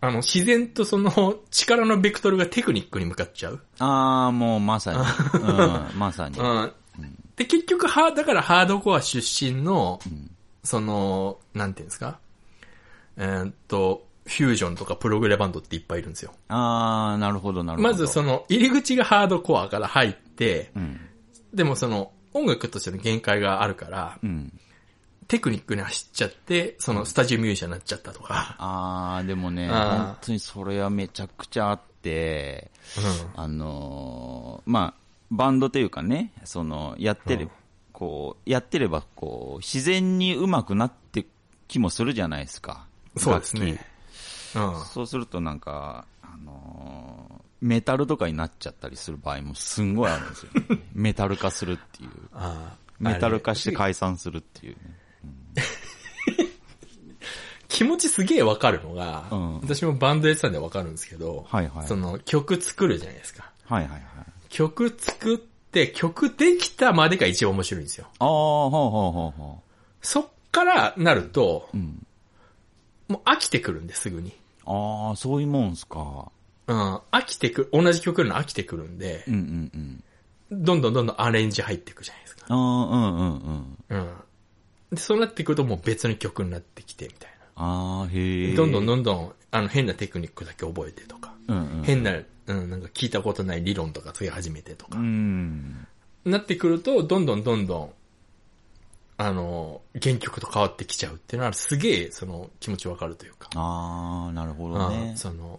[SPEAKER 1] あの、自然とその力のベクトルがテクニックに向かっちゃう。
[SPEAKER 2] ああ、もうまさに。 うん、まさに。
[SPEAKER 1] うん。で、結局、は、だからハードコア出身の、
[SPEAKER 2] ん
[SPEAKER 1] その、なんていうんですかえーっと、フュージョンとかプログレバンドっていっぱいいるんですよ。
[SPEAKER 2] ああ、なるほど、なるほど。
[SPEAKER 1] まずそ
[SPEAKER 2] の、
[SPEAKER 1] の、入り口がハードコアから入って、
[SPEAKER 2] うん。
[SPEAKER 1] でもその、音楽としての限界があるから
[SPEAKER 2] う、ん。
[SPEAKER 1] テクニックに走っちゃって、その、スタジオミュージシャンになっちゃったとか。
[SPEAKER 2] ああ、でもね、
[SPEAKER 1] あー
[SPEAKER 2] 本当にそれはめちゃくちゃあって、あのーまあ、バンドというかね、その、やってれ
[SPEAKER 1] うん
[SPEAKER 2] ば、こう、やってれば、こう、自然に上手くなって気もするじゃないですか。
[SPEAKER 1] そうですねうん。うん
[SPEAKER 2] 楽器。そうするとなんか、あのーメタルとかになっちゃったりする場合もすんごいあるんですよ、 ね。メタル化するっていう。
[SPEAKER 1] あー
[SPEAKER 2] メタル化
[SPEAKER 1] あれ
[SPEAKER 2] して解散するっていうね。
[SPEAKER 1] 気持ちすげえわかるのが、
[SPEAKER 2] うん
[SPEAKER 1] 私もバンドやってたんでわかるんですけど、
[SPEAKER 2] はいはい
[SPEAKER 1] その曲作るじゃないですか。
[SPEAKER 2] はいはいはい。
[SPEAKER 1] 曲作って曲できたまでが一番面白いんですよ。
[SPEAKER 2] ああ、ほうほうほうほ
[SPEAKER 1] そっからなると、
[SPEAKER 2] う。うん。
[SPEAKER 1] もう飽きてくるんですぐに。
[SPEAKER 2] ああ、そういうもんすか。
[SPEAKER 1] うん、飽きてく、同じ曲やるの飽きてくるんで
[SPEAKER 2] うん、うんうん。
[SPEAKER 1] どんどんどんどんアレンジ入っていくじゃないですか。
[SPEAKER 2] ああ、うんうんう
[SPEAKER 1] う
[SPEAKER 2] ん。
[SPEAKER 1] ん。で、そうなってくるともう別の曲になってきてみたい
[SPEAKER 2] ああ、へえ。
[SPEAKER 1] な。どんどんどんどん、あの変なテクニックだけ覚えてとか、
[SPEAKER 2] うんうん。
[SPEAKER 1] 変な、うん、なんか聞いたことない理論とかつけ始めてとか
[SPEAKER 2] う。ん。
[SPEAKER 1] なってくると、どんどんどんどん、あの、原曲と変わってきちゃうっていうのは、すげえ、その、気持ちわかるというか。
[SPEAKER 2] ああ、なるほど
[SPEAKER 1] う
[SPEAKER 2] ね
[SPEAKER 1] ん。その、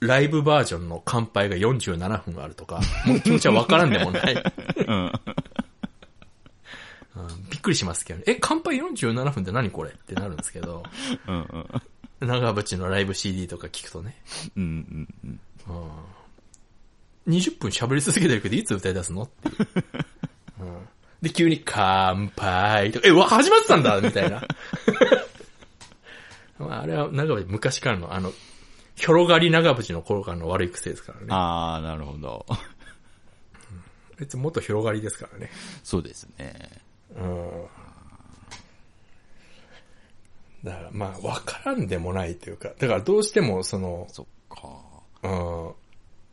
[SPEAKER 1] ライブバージョンの乾杯が47分あるとか、もう気持ちはわからんでもない、
[SPEAKER 2] うん。
[SPEAKER 1] うんびっくりしますけど、ね、え、乾杯47分って何これってなるんですけど、
[SPEAKER 2] うんうん。
[SPEAKER 1] 長渕のライブ CD とか聞くとね、
[SPEAKER 2] うんうんうん。
[SPEAKER 1] うん、20分喋り続けてるけど、いつ歌い出すのっていう。うんで、急に、乾杯とか、え、うわ、始まってたんだみたいな。 まあ、あれは、長渕、昔からの、あの、広がり長渕の頃からの悪い癖ですからね。
[SPEAKER 2] ああ、なるほど。
[SPEAKER 1] あいつ元広がりですからね。
[SPEAKER 2] そうですね。
[SPEAKER 1] うん。だから、まあ、わからんでもないというか、だからどうしても、その、
[SPEAKER 2] そっか。
[SPEAKER 1] うん、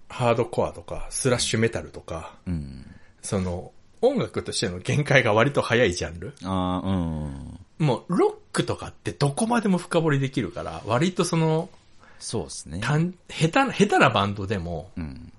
[SPEAKER 1] ハードコアとか、スラッシュメタルとか、
[SPEAKER 2] うん。
[SPEAKER 1] その、音楽としての限界が割と早いジャンル。
[SPEAKER 2] ああ、うん。
[SPEAKER 1] もう、ロックとかってどこまでも深掘りできるから、割とその、
[SPEAKER 2] そうですね。
[SPEAKER 1] たん、下手な、下手なバンドでも、
[SPEAKER 2] うん。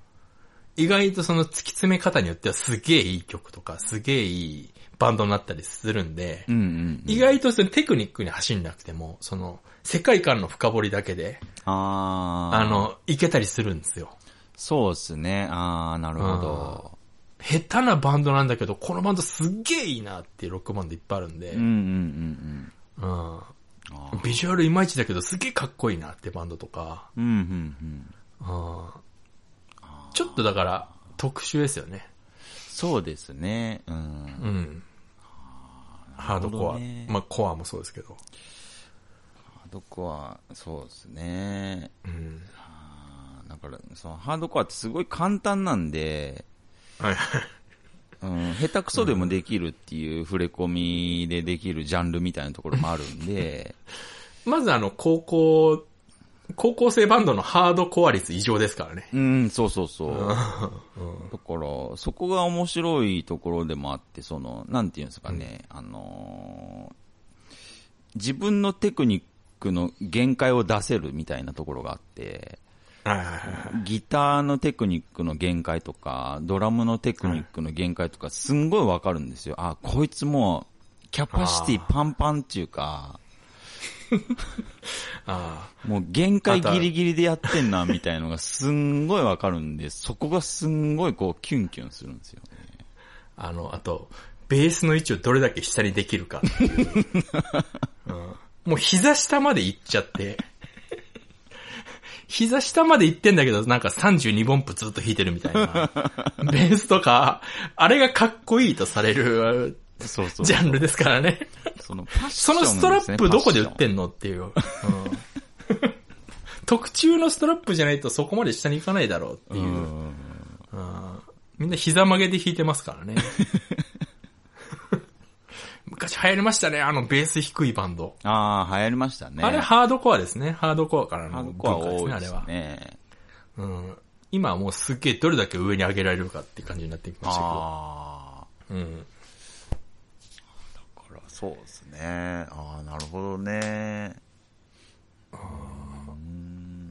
[SPEAKER 1] 意外とその突き詰め方によってはすげえいい曲とか、すげえいいバンドになったりするんで、
[SPEAKER 2] うんうんうん。
[SPEAKER 1] 意外とそのテクニックに走んなくても、その、世界観の深掘りだけで、
[SPEAKER 2] ああ。
[SPEAKER 1] あ、の、いけたりするんですよ。
[SPEAKER 2] そうですね。ああ、なるほど。
[SPEAKER 1] 下手なバンドなんだけど、このバンドすっげえいいなっていうロックバンドいっぱいあるんで、
[SPEAKER 2] うんうん
[SPEAKER 1] う
[SPEAKER 2] うん
[SPEAKER 1] ん
[SPEAKER 2] うん。あー
[SPEAKER 1] ビジュアルいまいちだけどすげえかっこいいなってバンドとか、
[SPEAKER 2] うんうんうん。
[SPEAKER 1] うんちょっとだから特殊ですよね。
[SPEAKER 2] そうですね。うん。
[SPEAKER 1] うん。ハードコア。
[SPEAKER 2] なるほどね
[SPEAKER 1] まあコアもそうですけど。
[SPEAKER 2] ハードコア、そうですね。
[SPEAKER 1] うん。
[SPEAKER 2] あーだから、そのハードコアってすごい簡単なんで、
[SPEAKER 1] はい。
[SPEAKER 2] うん、下手くそでもできるっていう触れ込みでできるジャンルみたいなところもあるんで、
[SPEAKER 1] まずあの高校、高校生バンドのハードコア率異常ですからね。
[SPEAKER 2] うん、そうそうそう。だか
[SPEAKER 1] うん。
[SPEAKER 2] ら、そこが面白いところでもあって、その、なんていうんですかね、あのー自分のテクニックの限界を出せるみたいなところがあって、
[SPEAKER 1] はいはいはい。
[SPEAKER 2] ギターのテクニックの限界とか、ドラムのテクニックの限界とか、すんごいわかるんですよ。あ、こいつもう、キャパシティパンパンっていうか、
[SPEAKER 1] ああ。
[SPEAKER 2] もう限界ギリギリでやってんな、みたいのがすんごいわかるんで、そこがすんごいこう、キュンキュンするんですよね。
[SPEAKER 1] あの、あと、ベースの位置をどれだけ下にできるかっていう。うんもう膝下まで行っちゃって。 膝下まで行ってんだけど、なんか32分布ずっと弾いてるみたいな。ベースとか、あれがかっこいいとされる
[SPEAKER 2] そうそう。
[SPEAKER 1] ジャンルですからね。
[SPEAKER 2] そのパッシ
[SPEAKER 1] そ
[SPEAKER 2] ョン
[SPEAKER 1] の
[SPEAKER 2] です
[SPEAKER 1] ス
[SPEAKER 2] ね
[SPEAKER 1] トラップどこで売っ
[SPEAKER 2] パッシ
[SPEAKER 1] てんのっていう。うん 特注のストラップじゃないとそこまで下に行かないだろうっていう
[SPEAKER 2] ョン
[SPEAKER 1] う。うんみんな膝曲げで弾いてますからね。 昔流行りましたね、あのベース低いバンド。
[SPEAKER 2] うんああ、流行りましたね。
[SPEAKER 1] あれ
[SPEAKER 2] ハ
[SPEAKER 1] ハードコアですね。ハードコアからの
[SPEAKER 2] ード
[SPEAKER 1] 文
[SPEAKER 2] コア
[SPEAKER 1] 化です
[SPEAKER 2] 多
[SPEAKER 1] ね、
[SPEAKER 2] い
[SPEAKER 1] あ
[SPEAKER 2] で
[SPEAKER 1] れ
[SPEAKER 2] す
[SPEAKER 1] は。
[SPEAKER 2] ね。
[SPEAKER 1] うん、今はもうすっげえどれだけ上に上げられるかっていう感じになってきましたけど。
[SPEAKER 2] あ
[SPEAKER 1] うん、
[SPEAKER 2] あ、これはそうですね。ああ、なるほどね。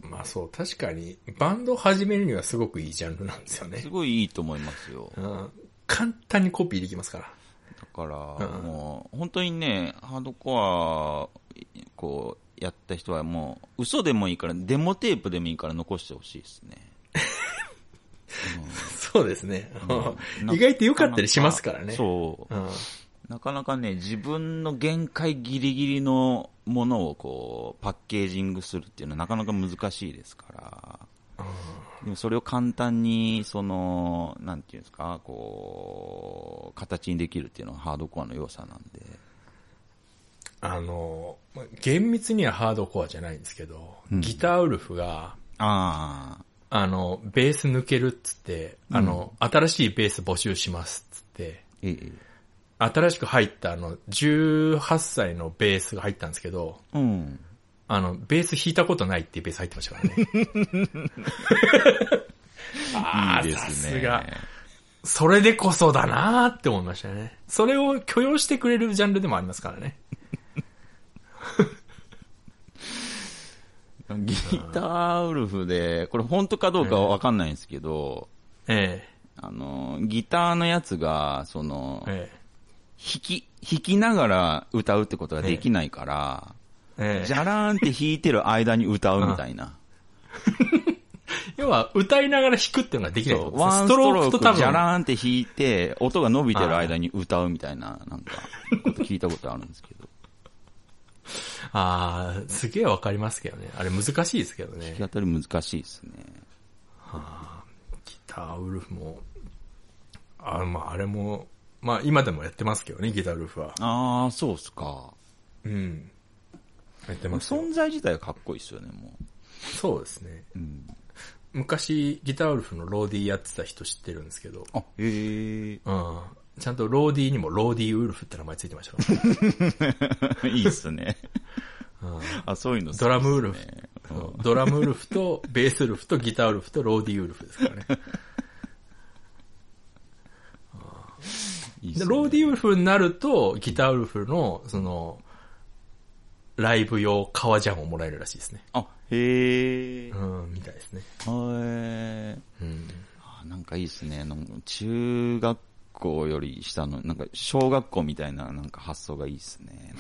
[SPEAKER 1] まあそう、確かにバンドを始めるにはすごくいいジャンルなんですよね
[SPEAKER 2] す。ごいいいと思いますよ。
[SPEAKER 1] うん、簡単にコピーできますから。
[SPEAKER 2] だか
[SPEAKER 1] う
[SPEAKER 2] ら、
[SPEAKER 1] ん
[SPEAKER 2] もう、本当にね、ハードコア、こう、やった人はもう、嘘でもいいから、デモテープでもいいから残してほしいですね。
[SPEAKER 1] そうですね。
[SPEAKER 2] うん
[SPEAKER 1] 意外と良かったりしますからね。
[SPEAKER 2] そう。
[SPEAKER 1] うん。
[SPEAKER 2] なかなかね、自分の限界ギリギリのものをこう、パッケージングするっていうのはなかなか難しいですから。でもそれを簡単に、その、なんていうんですか、こう、形にできるっていうのはハードコアの良さなんで。
[SPEAKER 1] あの、ま厳密にはハードコアじゃないんですけど、ギターウルフが、
[SPEAKER 2] ああ、
[SPEAKER 1] あの、ベース抜けるっつって、あの、新しいベース募集しますっつって、
[SPEAKER 2] ええ。
[SPEAKER 1] 新しく入ったあの、18歳のベースが入ったんですけど、
[SPEAKER 2] うん。
[SPEAKER 1] あの、ベース弾いたことない っていうベース入ってましたからね。ああ、
[SPEAKER 2] いいです
[SPEAKER 1] さ
[SPEAKER 2] ね。
[SPEAKER 1] すが。それでこそだなーって思いましたね。それを許容してくれるジャンルでもありますからね。
[SPEAKER 2] ギターウルフで、これ本当かどうかはわかんないんですけど、
[SPEAKER 1] え
[SPEAKER 2] あの、ギターのやつが、その
[SPEAKER 1] え、、え
[SPEAKER 2] 弾き、弾きながら歌うってことができないから、
[SPEAKER 1] え、ええ。
[SPEAKER 2] じゃらーんって弾いてる間に歌うみたいな。
[SPEAKER 1] 要は、歌いながら弾くっていうのができないってことです
[SPEAKER 2] ワ
[SPEAKER 1] ね
[SPEAKER 2] ン
[SPEAKER 1] スト
[SPEAKER 2] スト
[SPEAKER 1] ロ
[SPEAKER 2] ロ
[SPEAKER 1] ークと
[SPEAKER 2] ー
[SPEAKER 1] 多
[SPEAKER 2] クじゃ
[SPEAKER 1] 分、
[SPEAKER 2] らーんって弾いて、音が伸びてる間に歌うみたいな、なんか、こと聞いたことあるんですけ ど。
[SPEAKER 1] あー、すげえわかりますけどね。あれ難しいですけどね。
[SPEAKER 2] 弾き語り難しいですね。
[SPEAKER 1] ギターウルフも、あまあ、あれも、まあ、今でもやってますけどね、ギターウルフは。
[SPEAKER 2] あー、そうっすか。
[SPEAKER 1] うん。やってますよ
[SPEAKER 2] 存在自体はかっこいいっすよね、も
[SPEAKER 1] そうですね。
[SPEAKER 2] う。うん。
[SPEAKER 1] 昔、ギターウルフのローディーやってた人知ってるんですけど、
[SPEAKER 2] あ、へ え。
[SPEAKER 1] うん。ちゃんとローディーにもローディーウルフって名前ついてましたから、
[SPEAKER 2] いいっすね。あ、そういうの好きっ す
[SPEAKER 1] ド
[SPEAKER 2] ね
[SPEAKER 1] ラムウルフ。そうドラムウルフと、ベースウルフと、ギターウルフと、ローディーウルフですからね。
[SPEAKER 2] いいっす
[SPEAKER 1] で、
[SPEAKER 2] ね
[SPEAKER 1] ローディーウルフになると、ギターウルフの、その、ライブ用革ジャンをもらえるらしいですね。
[SPEAKER 2] あ、へえ。
[SPEAKER 1] うん、みたいですね。
[SPEAKER 2] へえ。
[SPEAKER 1] うん。
[SPEAKER 2] あなんかいいですね。なんか中学校より下の、なんか小学校みたいななんか発想がいいですね。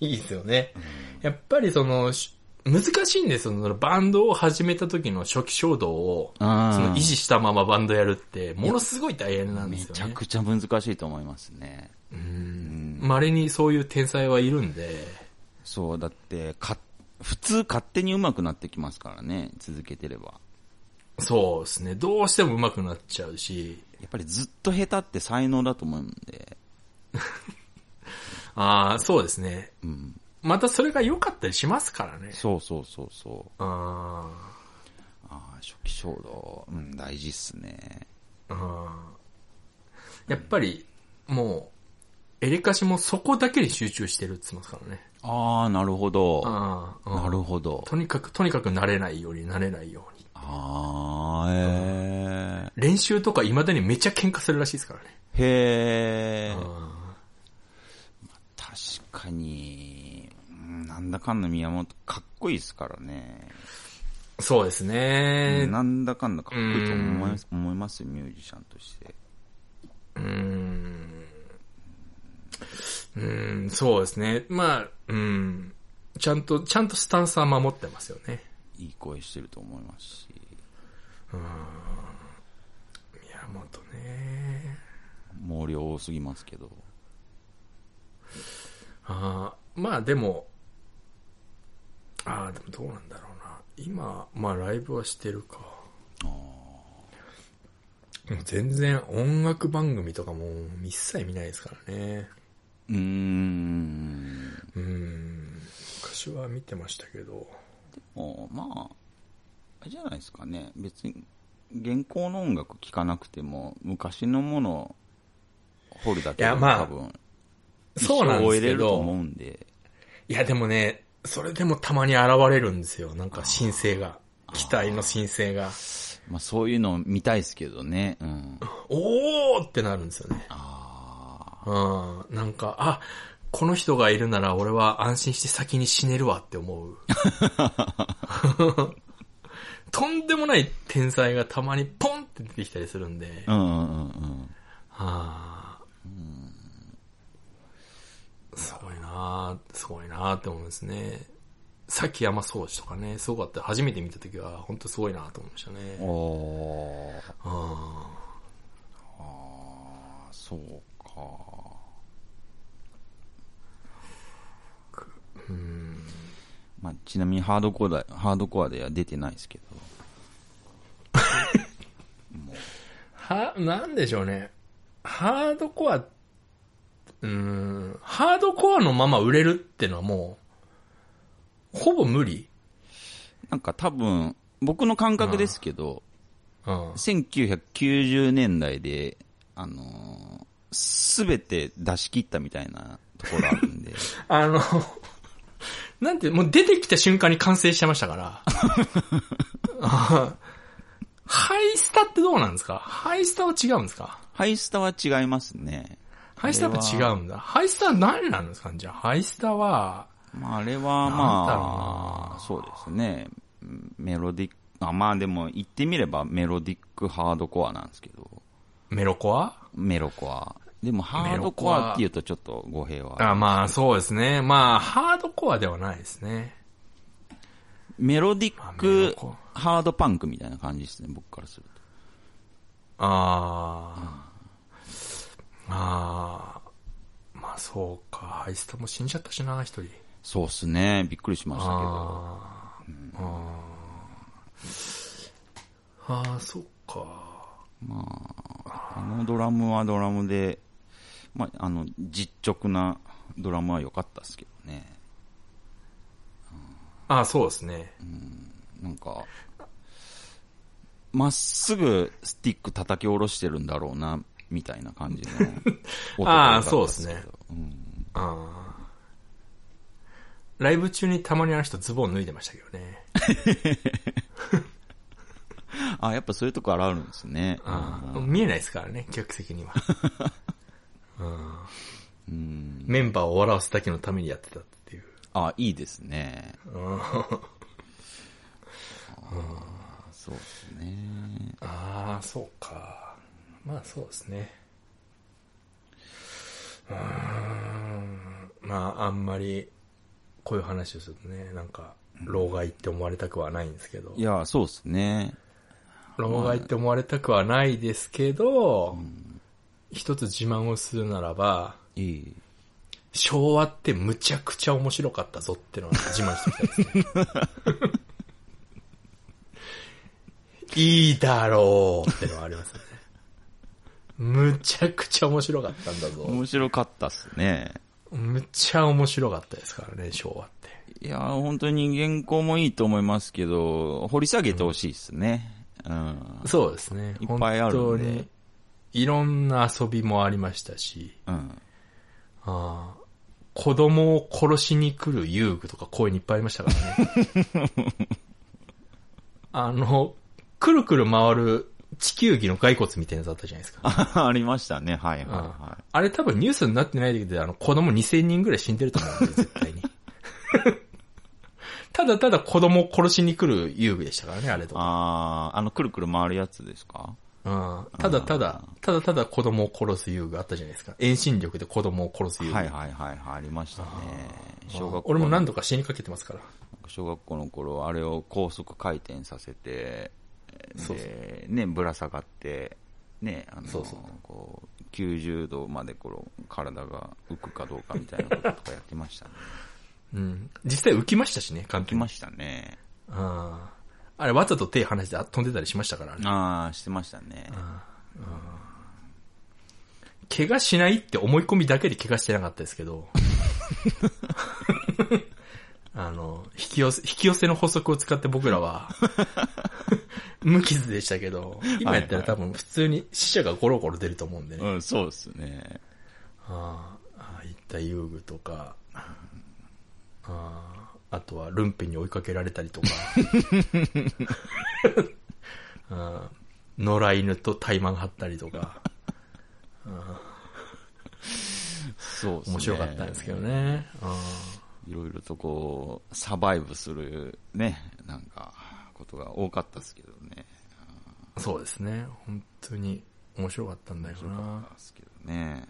[SPEAKER 1] いいですよね。やっぱりその、し難しいんですよ。そのバンドを始めた時の初期衝動を、そ
[SPEAKER 2] うん
[SPEAKER 1] の維持したままバンドやるって、ものすごい大変なんで
[SPEAKER 2] め
[SPEAKER 1] すよ
[SPEAKER 2] ち
[SPEAKER 1] ね。
[SPEAKER 2] ゃくちゃ難しいと思いますね。
[SPEAKER 1] うん稀にそういう天才はいるんで、
[SPEAKER 2] そう、だって、か、普通勝手に上手くなってきますからね、続けてれば。
[SPEAKER 1] そうですね。どうしても上手くなっちゃうし、
[SPEAKER 2] やっぱりずっと下手って才能だと思うんで。
[SPEAKER 1] ああ、そうですね。
[SPEAKER 2] うん。
[SPEAKER 1] またそれが良かったりしますからね。
[SPEAKER 2] そうそうそうそう。
[SPEAKER 1] ああ。
[SPEAKER 2] ああ、初期衝動、うん、大事っすね。
[SPEAKER 1] やっぱり、もう、エレカシもそこだけに集中してるって言ってますからね。
[SPEAKER 2] ああ、なるほど。
[SPEAKER 1] ああ、
[SPEAKER 2] なるほど。
[SPEAKER 1] とにかく、とにかく慣れないように、慣れないように。
[SPEAKER 2] ああ、え
[SPEAKER 1] 練習とか未だにめっちゃ喧嘩するらしいですからね。
[SPEAKER 2] え。へえ。
[SPEAKER 1] あ
[SPEAKER 2] 確かに、うんなんだかんだ宮本かっこいいですからね。
[SPEAKER 1] あそうですね。
[SPEAKER 2] なんだかんだかっこいいと思います、思いますミュージシャンとして。
[SPEAKER 1] うーん。うーん、そうですね。まあ、うん。ちゃんと、ちゃんとスタンスは守ってますよね。
[SPEAKER 2] いい声してると思いますし。
[SPEAKER 1] 宮本ね。
[SPEAKER 2] もう量多すぎますけど。
[SPEAKER 1] あーまあでも、ああ、でもどうなんだろうな。今、まあライブはしてるか。でも全然音楽番組とかも一切見ないですからね。
[SPEAKER 2] うーん。
[SPEAKER 1] うん。昔は見てましたけど。
[SPEAKER 2] もうまあ、あれじゃないですかね。別に、現行の音楽聴かなくても、昔のものを掘るだけで
[SPEAKER 1] いやまあ
[SPEAKER 2] 多分、
[SPEAKER 1] そうなんで
[SPEAKER 2] 一生終
[SPEAKER 1] す
[SPEAKER 2] え
[SPEAKER 1] け
[SPEAKER 2] れると思
[SPEAKER 1] ど。
[SPEAKER 2] うんで。
[SPEAKER 1] いやでもね、それでもたまに現れるんですよ。なんか申請が。期待の申請が。
[SPEAKER 2] まあそういうの見たいですけどね。うん。
[SPEAKER 1] おーってなるんですよね。
[SPEAKER 2] あ
[SPEAKER 1] うん。なんか、あ、この人がいるなら俺は安心して先に死ねるわって思 う。とんでもない天才がたまにポンって出てきたりするんで。
[SPEAKER 2] あ。うんうんうんうん。
[SPEAKER 1] はあ、すごいなあすごいなあって思うんですね。さき山宗氏とかね、すごかった。初めて見た時は、本当すごいなあと思いましたね。
[SPEAKER 2] おー
[SPEAKER 1] あ
[SPEAKER 2] あそうか。まあ、ちなみにハードコアだ、ハードコアでは出てないですけど。
[SPEAKER 1] は、なんでしょうね。ハードコア、うーん、ハードコアのまま売れるってのはもう、ほぼ無理。
[SPEAKER 2] なんか多分、僕の感覚ですけど、
[SPEAKER 1] うん。
[SPEAKER 2] 1990年代で、あのすべて出し切ったみたいなところある んで。
[SPEAKER 1] あの、なんて、もう出てきた瞬間に完成しちゃいましたから。 あハイスタってどうなんですかハイスタは違うんですか
[SPEAKER 2] ハイスタは違いますね。
[SPEAKER 1] ハイスタは違うんだ。ハイスタは何なんですかじゃあ、ハイスタは、
[SPEAKER 2] まあ、あれ
[SPEAKER 1] なん
[SPEAKER 2] は
[SPEAKER 1] だろう
[SPEAKER 2] まあ、そうですね。うんメロディック、あまあでも言ってみればメロディックハードコアなんですけど、
[SPEAKER 1] メロコア
[SPEAKER 2] メロコア。でもハードコアっていうとちょっと語弊は。
[SPEAKER 1] あまあ、そうですね。まあ、ハードコアではないですね。
[SPEAKER 2] メロディ
[SPEAKER 1] まあ
[SPEAKER 2] ッ
[SPEAKER 1] メロ
[SPEAKER 2] ク
[SPEAKER 1] コ
[SPEAKER 2] ハードパンクみたいな感じですね、僕からすると。
[SPEAKER 1] ああ。ああ。まあ、そうか。ハイスタも死んじゃったしな、一人。
[SPEAKER 2] そうっすね、びっくりしましたけど。
[SPEAKER 1] あーあー、そっか。
[SPEAKER 2] あのドラムはドラムで、まあ、あの、実直なドラムは良かったですけどね。
[SPEAKER 1] ああ、そうですね。
[SPEAKER 2] なんか、まっすぐスティック叩き下ろしてるんだろうな、みたいな感じ の音
[SPEAKER 1] ああ
[SPEAKER 2] だったんけど
[SPEAKER 1] そうっすね。
[SPEAKER 2] うん
[SPEAKER 1] ああ。ライブ中にたまにあの人ズボン脱いでましたけどね。
[SPEAKER 2] あやっぱそういうとこあるんですね。
[SPEAKER 1] ああ
[SPEAKER 2] うん
[SPEAKER 1] 見えないですからね、客席には。うん
[SPEAKER 2] うん
[SPEAKER 1] メンバーを笑わすだけのためにやってたっていう。
[SPEAKER 2] あいいですね。
[SPEAKER 1] うん
[SPEAKER 2] あそうですね。
[SPEAKER 1] ああ、そうか。まあそうですね。うーん。まああんまりこういう話をするとね、なんか、老害って思われたくはないんですけど
[SPEAKER 2] い。や、そうですね。
[SPEAKER 1] 老害って思われたくはないですけど、一つ自慢をするならば、
[SPEAKER 2] いい。
[SPEAKER 1] 昭和ってむちゃくちゃ面白かったぞってのは自慢してきたいですね。 いいだろうってのはありますね。むちゃくちゃ面白かったんだぞ。
[SPEAKER 2] 面白かったっすね。
[SPEAKER 1] むちゃ面白かったですからね、昭和って。
[SPEAKER 2] いや、本当に原稿もいいと思いますけど、掘り下げてほしいですね。うん。
[SPEAKER 1] そうですね。
[SPEAKER 2] いっぱいあるんで
[SPEAKER 1] 本当に。いろんな遊びもありましたし、
[SPEAKER 2] うん。
[SPEAKER 1] あー子供を殺しに来る遊具とか公園にいっぱいありましたからね。 あの、くるくる回る地球儀の骸骨みたいなやつあったじゃないですか。
[SPEAKER 2] あありましたね。はいはいは
[SPEAKER 1] ああれ多分ニュースになってないけど、あの子供2000人ぐらい死んでると思うんで、絶対に。 ただただ子供を殺しに来る遊具でしたからね、あれ
[SPEAKER 2] い。
[SPEAKER 1] とか。
[SPEAKER 2] ああ、あの、くるくる回るやつですか
[SPEAKER 1] うんただただ、ただただ子供を殺す遊具あったじゃないですか。遠心力で子供を殺す遊具。
[SPEAKER 2] はいはいはいはい、ありましたね。小学校の
[SPEAKER 1] 俺も何度か死にかけてますから。
[SPEAKER 2] 小学校の頃、あれを高速回転させて、
[SPEAKER 1] そうそ
[SPEAKER 2] で、ね、ぶら下がって、ね、あの、
[SPEAKER 1] そうそう
[SPEAKER 2] こう、 90度までこう体が浮くかどうかみたいなこととかやってま したね。
[SPEAKER 1] うん。実際浮きましたしね、完
[SPEAKER 2] 来
[SPEAKER 1] 璧
[SPEAKER 2] ましたね。
[SPEAKER 1] ああ。あれ、わざと手離してあ飛んでたりしましたから、あれ
[SPEAKER 2] ああ、してましたね。
[SPEAKER 1] 怪我しないって思い込みだけで怪我してなかったですけど。 あの、引き寄せ、引き寄せの法則を使って僕ら は、無傷でしたけど、今やったら多分普通に死者がゴロゴロ出ると思うんでね。
[SPEAKER 2] うん、そうですね。
[SPEAKER 1] ああああ、行った遊具とか、ああ、あとはルンペに追いかけられた りとか、ああ野良犬と対マン張ったりとか、
[SPEAKER 2] そうですね。
[SPEAKER 1] 面白かったんですけど。ね。あ
[SPEAKER 2] いろいろとこう、サバイブするね、なんか、ことが多かったですけどね。
[SPEAKER 1] あそうですね。本当に面白かったんだよ
[SPEAKER 2] 面白かっ
[SPEAKER 1] な
[SPEAKER 2] た。ですけどね。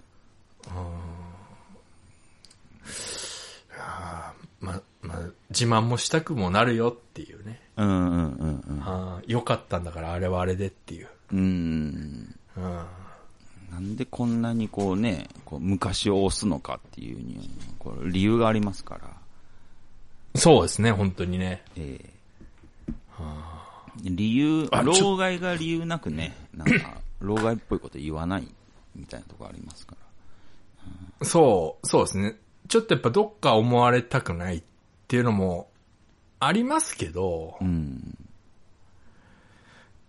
[SPEAKER 1] ま、まあ、自慢もしたくもなるよっていうね。
[SPEAKER 2] うんうんうんうん。
[SPEAKER 1] ああ良かったんだからあれはあれでっていう。
[SPEAKER 2] うん。
[SPEAKER 1] あ
[SPEAKER 2] なんでこんなにこうね、こう昔を押すのかっていうに、これ理由がありますから。
[SPEAKER 1] あそうですね、本当にね。
[SPEAKER 2] ええ理由、
[SPEAKER 1] あちょ
[SPEAKER 2] 老害が理由なくね、なんか、老害っぽいこと言わないみたいなとこありますから。
[SPEAKER 1] そう、そうですね。ちょっとやっぱどっか思われたくないっていうのもありますけど、
[SPEAKER 2] うん。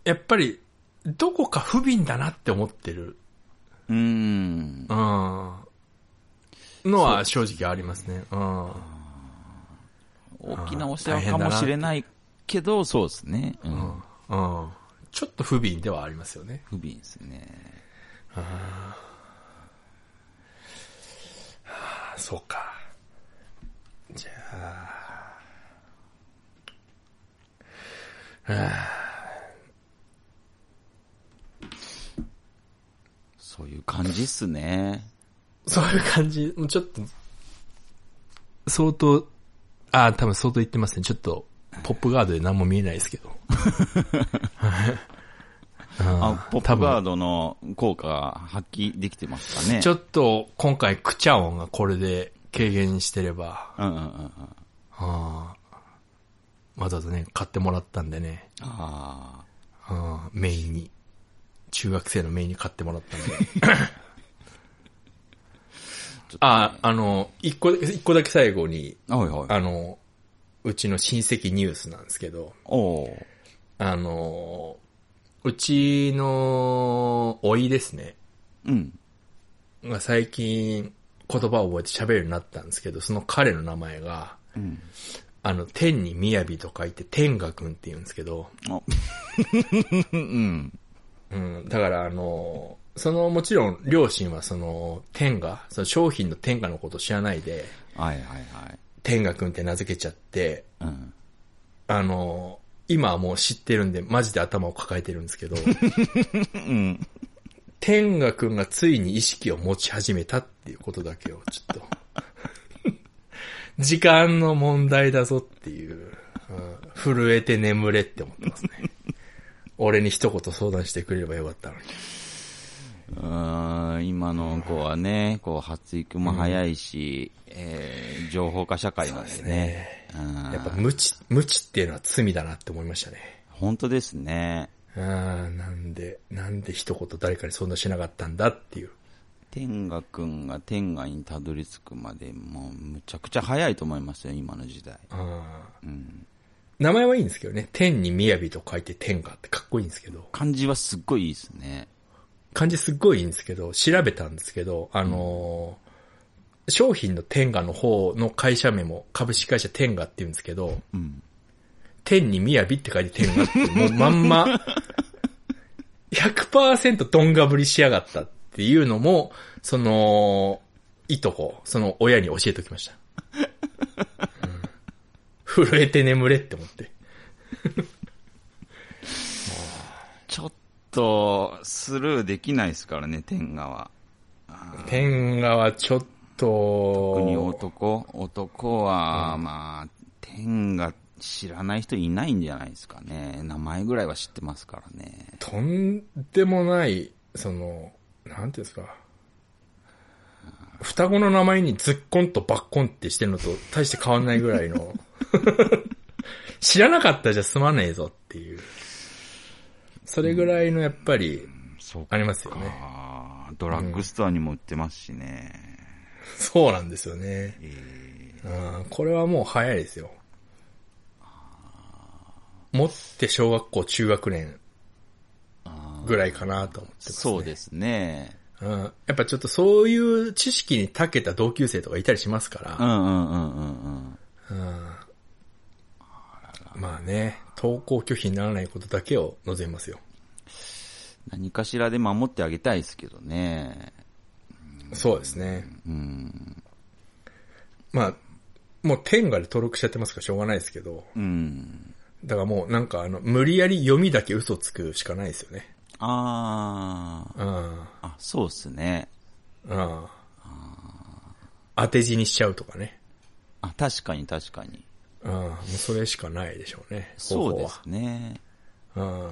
[SPEAKER 1] やっぱりどこか不憫だなって思ってる、
[SPEAKER 2] うん
[SPEAKER 1] う。ん、のは正直ありますね。うん。
[SPEAKER 2] 大きなお世話かもしれないけど、そうですね。うん。
[SPEAKER 1] うん。ちょっと不憫ではありますよね。
[SPEAKER 2] 不憫ですね。
[SPEAKER 1] あ、そうか。じゃあ。
[SPEAKER 2] そういう感じっすね。
[SPEAKER 1] そういう感じ、もうちょっと、相当、ああ、多分相当言ってますね。ちょっと、ポップガードで何も見えないですけど。
[SPEAKER 2] あ、ポッ
[SPEAKER 1] 多
[SPEAKER 2] プ
[SPEAKER 1] 分
[SPEAKER 2] ガードの効果が発揮できてますかね。
[SPEAKER 1] ちょっと、今回、クチャ音がこれで軽減してれば、
[SPEAKER 2] うんうんうんうん。
[SPEAKER 1] あーわざわざね、買ってもらったんでね、
[SPEAKER 2] あ
[SPEAKER 1] あーメインに、中学生のメインに買ってもらったんで。ああ、あの、一個、一個だけ最後に、
[SPEAKER 2] あ。はいはい。
[SPEAKER 1] あの、うちの親戚ニュースなんですけど、
[SPEAKER 2] おー
[SPEAKER 1] あの、うちの、おいですね。
[SPEAKER 2] うん。
[SPEAKER 1] が最近、言葉を覚えて喋るようになったんですけど、その彼の名前が、
[SPEAKER 2] うん。
[SPEAKER 1] あの、天に雅と書いて天賀くんって言うんですけど、
[SPEAKER 2] あうん。
[SPEAKER 1] うん、だからあの、その、もちろん、両親はその、天賀、その商品の天賀のことを知らないで、
[SPEAKER 2] はいはいはい。
[SPEAKER 1] 天賀くんって名付けちゃって、
[SPEAKER 2] うん。
[SPEAKER 1] あの、今はもう知ってるんで、マジで頭を抱えてるんですけど、天賀くんがついに意識を持ち始めたっていうことだけを、ちょっと、 時間の問題だぞっていう、うん震えて眠れって思ってますね。俺に一言相談してくれればよかったのに。
[SPEAKER 2] うーん今の子はね、こう発育も早いし、えー情報化社会なんでね。うん
[SPEAKER 1] やっぱ無知、無知っていうのは罪だなって思いましたね。
[SPEAKER 2] 本当ですね。
[SPEAKER 1] ああ、なんで、なんで一言誰かに相談しなかったんだっていう。
[SPEAKER 2] 天下くんが天下にたどり着くまで、もうむちゃくちゃ早いと思いますよ、今の時代。
[SPEAKER 1] ああ名前はいいんですけどね。天に雅と書いて天下ってかっこいいんですけど。
[SPEAKER 2] 漢字はすっごいいいですね。
[SPEAKER 1] 漢字すっごいいいんですけど、調べたんですけど、あのー商品の天下の方の会社名も株式会社天下って言うんですけど、
[SPEAKER 2] うん。
[SPEAKER 1] 天に雅って書いて天下って、もうまんま、100%どんがぶりしやがったっていうのも、その、いとこ、その親に教えておきました。うん震えて眠れって思って。
[SPEAKER 2] ちょっと、スルーできないですからね、天下は。
[SPEAKER 1] 天下はちょっと、
[SPEAKER 2] 特に男、男は、まあ、天が知らない人いないんじゃないですかね。名前ぐらいは知ってますからね。
[SPEAKER 1] とんでもない、その、なんていうんですか。双子の名前にズッコンとバッコンってしてるのと大して変わんないぐらいの。 知らなかったじゃ済まねえぞっていう。それぐらいのやっぱり、
[SPEAKER 2] そう
[SPEAKER 1] ありますよね。
[SPEAKER 2] か。ドラッグストアにも売ってますしね。
[SPEAKER 1] そうなんですよね。うんこれはもう早いですよ。持って小学校、中学年ぐらいかなと思ってます、ね。
[SPEAKER 2] そうですね。
[SPEAKER 1] うん。やっぱちょっとそういう知識に長けた同級生とかいたりしますか
[SPEAKER 2] う
[SPEAKER 1] ら、
[SPEAKER 2] んうんうんうんうん。
[SPEAKER 1] まあね、登校拒否にならないことだけを望みますよ。
[SPEAKER 2] 何かしらで守ってあげたいですけどね。
[SPEAKER 1] そうですね。
[SPEAKER 2] うん。
[SPEAKER 1] まあ、もう天下で登録しちゃってますからしょうがないですけど、
[SPEAKER 2] うん。
[SPEAKER 1] だからもうなんかあの、無理やり読みだけ嘘つくしかないですよね。
[SPEAKER 2] あー。
[SPEAKER 1] うん。
[SPEAKER 2] あ、そうっすね。
[SPEAKER 1] うん。当て字にしちゃうとかね。
[SPEAKER 2] あ、確かに確かに。
[SPEAKER 1] うん。もうそれしかないでしょうね。
[SPEAKER 2] そ
[SPEAKER 1] 方
[SPEAKER 2] う
[SPEAKER 1] 法
[SPEAKER 2] で
[SPEAKER 1] は
[SPEAKER 2] すね。
[SPEAKER 1] うん。
[SPEAKER 2] な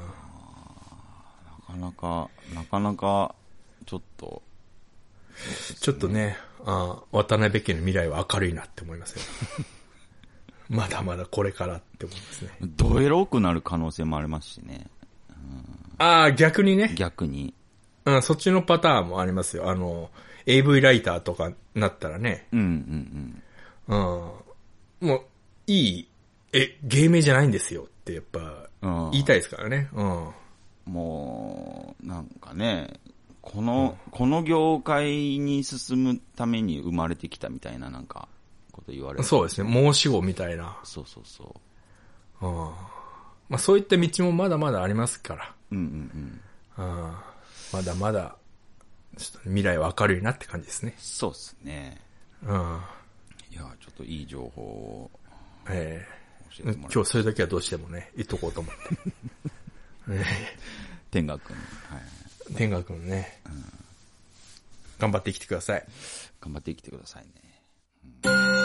[SPEAKER 2] かなか、なかなか、ちょっと、
[SPEAKER 1] ちょっとね、あー渡辺家の未来は明るいなって思いますよ。 まだまだこれからって思いますね。
[SPEAKER 2] どエロくなる可能性もありますしね。
[SPEAKER 1] ああ、逆にね。
[SPEAKER 2] 逆に。
[SPEAKER 1] うん、そっちのパターンもありますよ。あの、AV ライターとかなったらね。
[SPEAKER 2] うんう
[SPEAKER 1] う
[SPEAKER 2] ん
[SPEAKER 1] ん。もう、いい、え、芸名じゃないんですよってやっぱ、
[SPEAKER 2] うん。うん、
[SPEAKER 1] 言いたいですからね。うん。
[SPEAKER 2] もう、なんかね、この、この業界に進むために生まれてきたみたいななんか、こと言われる。
[SPEAKER 1] そうですね。申し子みたいな。
[SPEAKER 2] そうそうそ
[SPEAKER 1] うん。まあそういった道もまだまだありますから。
[SPEAKER 2] う。うんうんうん。
[SPEAKER 1] うん。まだまだ、ちょっと未来は明るいなって感じですね。
[SPEAKER 2] そうっすね。
[SPEAKER 1] うん。
[SPEAKER 2] いや、ちょっといい情報を
[SPEAKER 1] ええ
[SPEAKER 2] 教えてもらっ
[SPEAKER 1] 今日それだけはどうしてもね、言っとこうと思って。 え
[SPEAKER 2] 天賀くん、はい。
[SPEAKER 1] え天賀くんね、頑張って生きてください。
[SPEAKER 2] 頑張って生きてくださいね。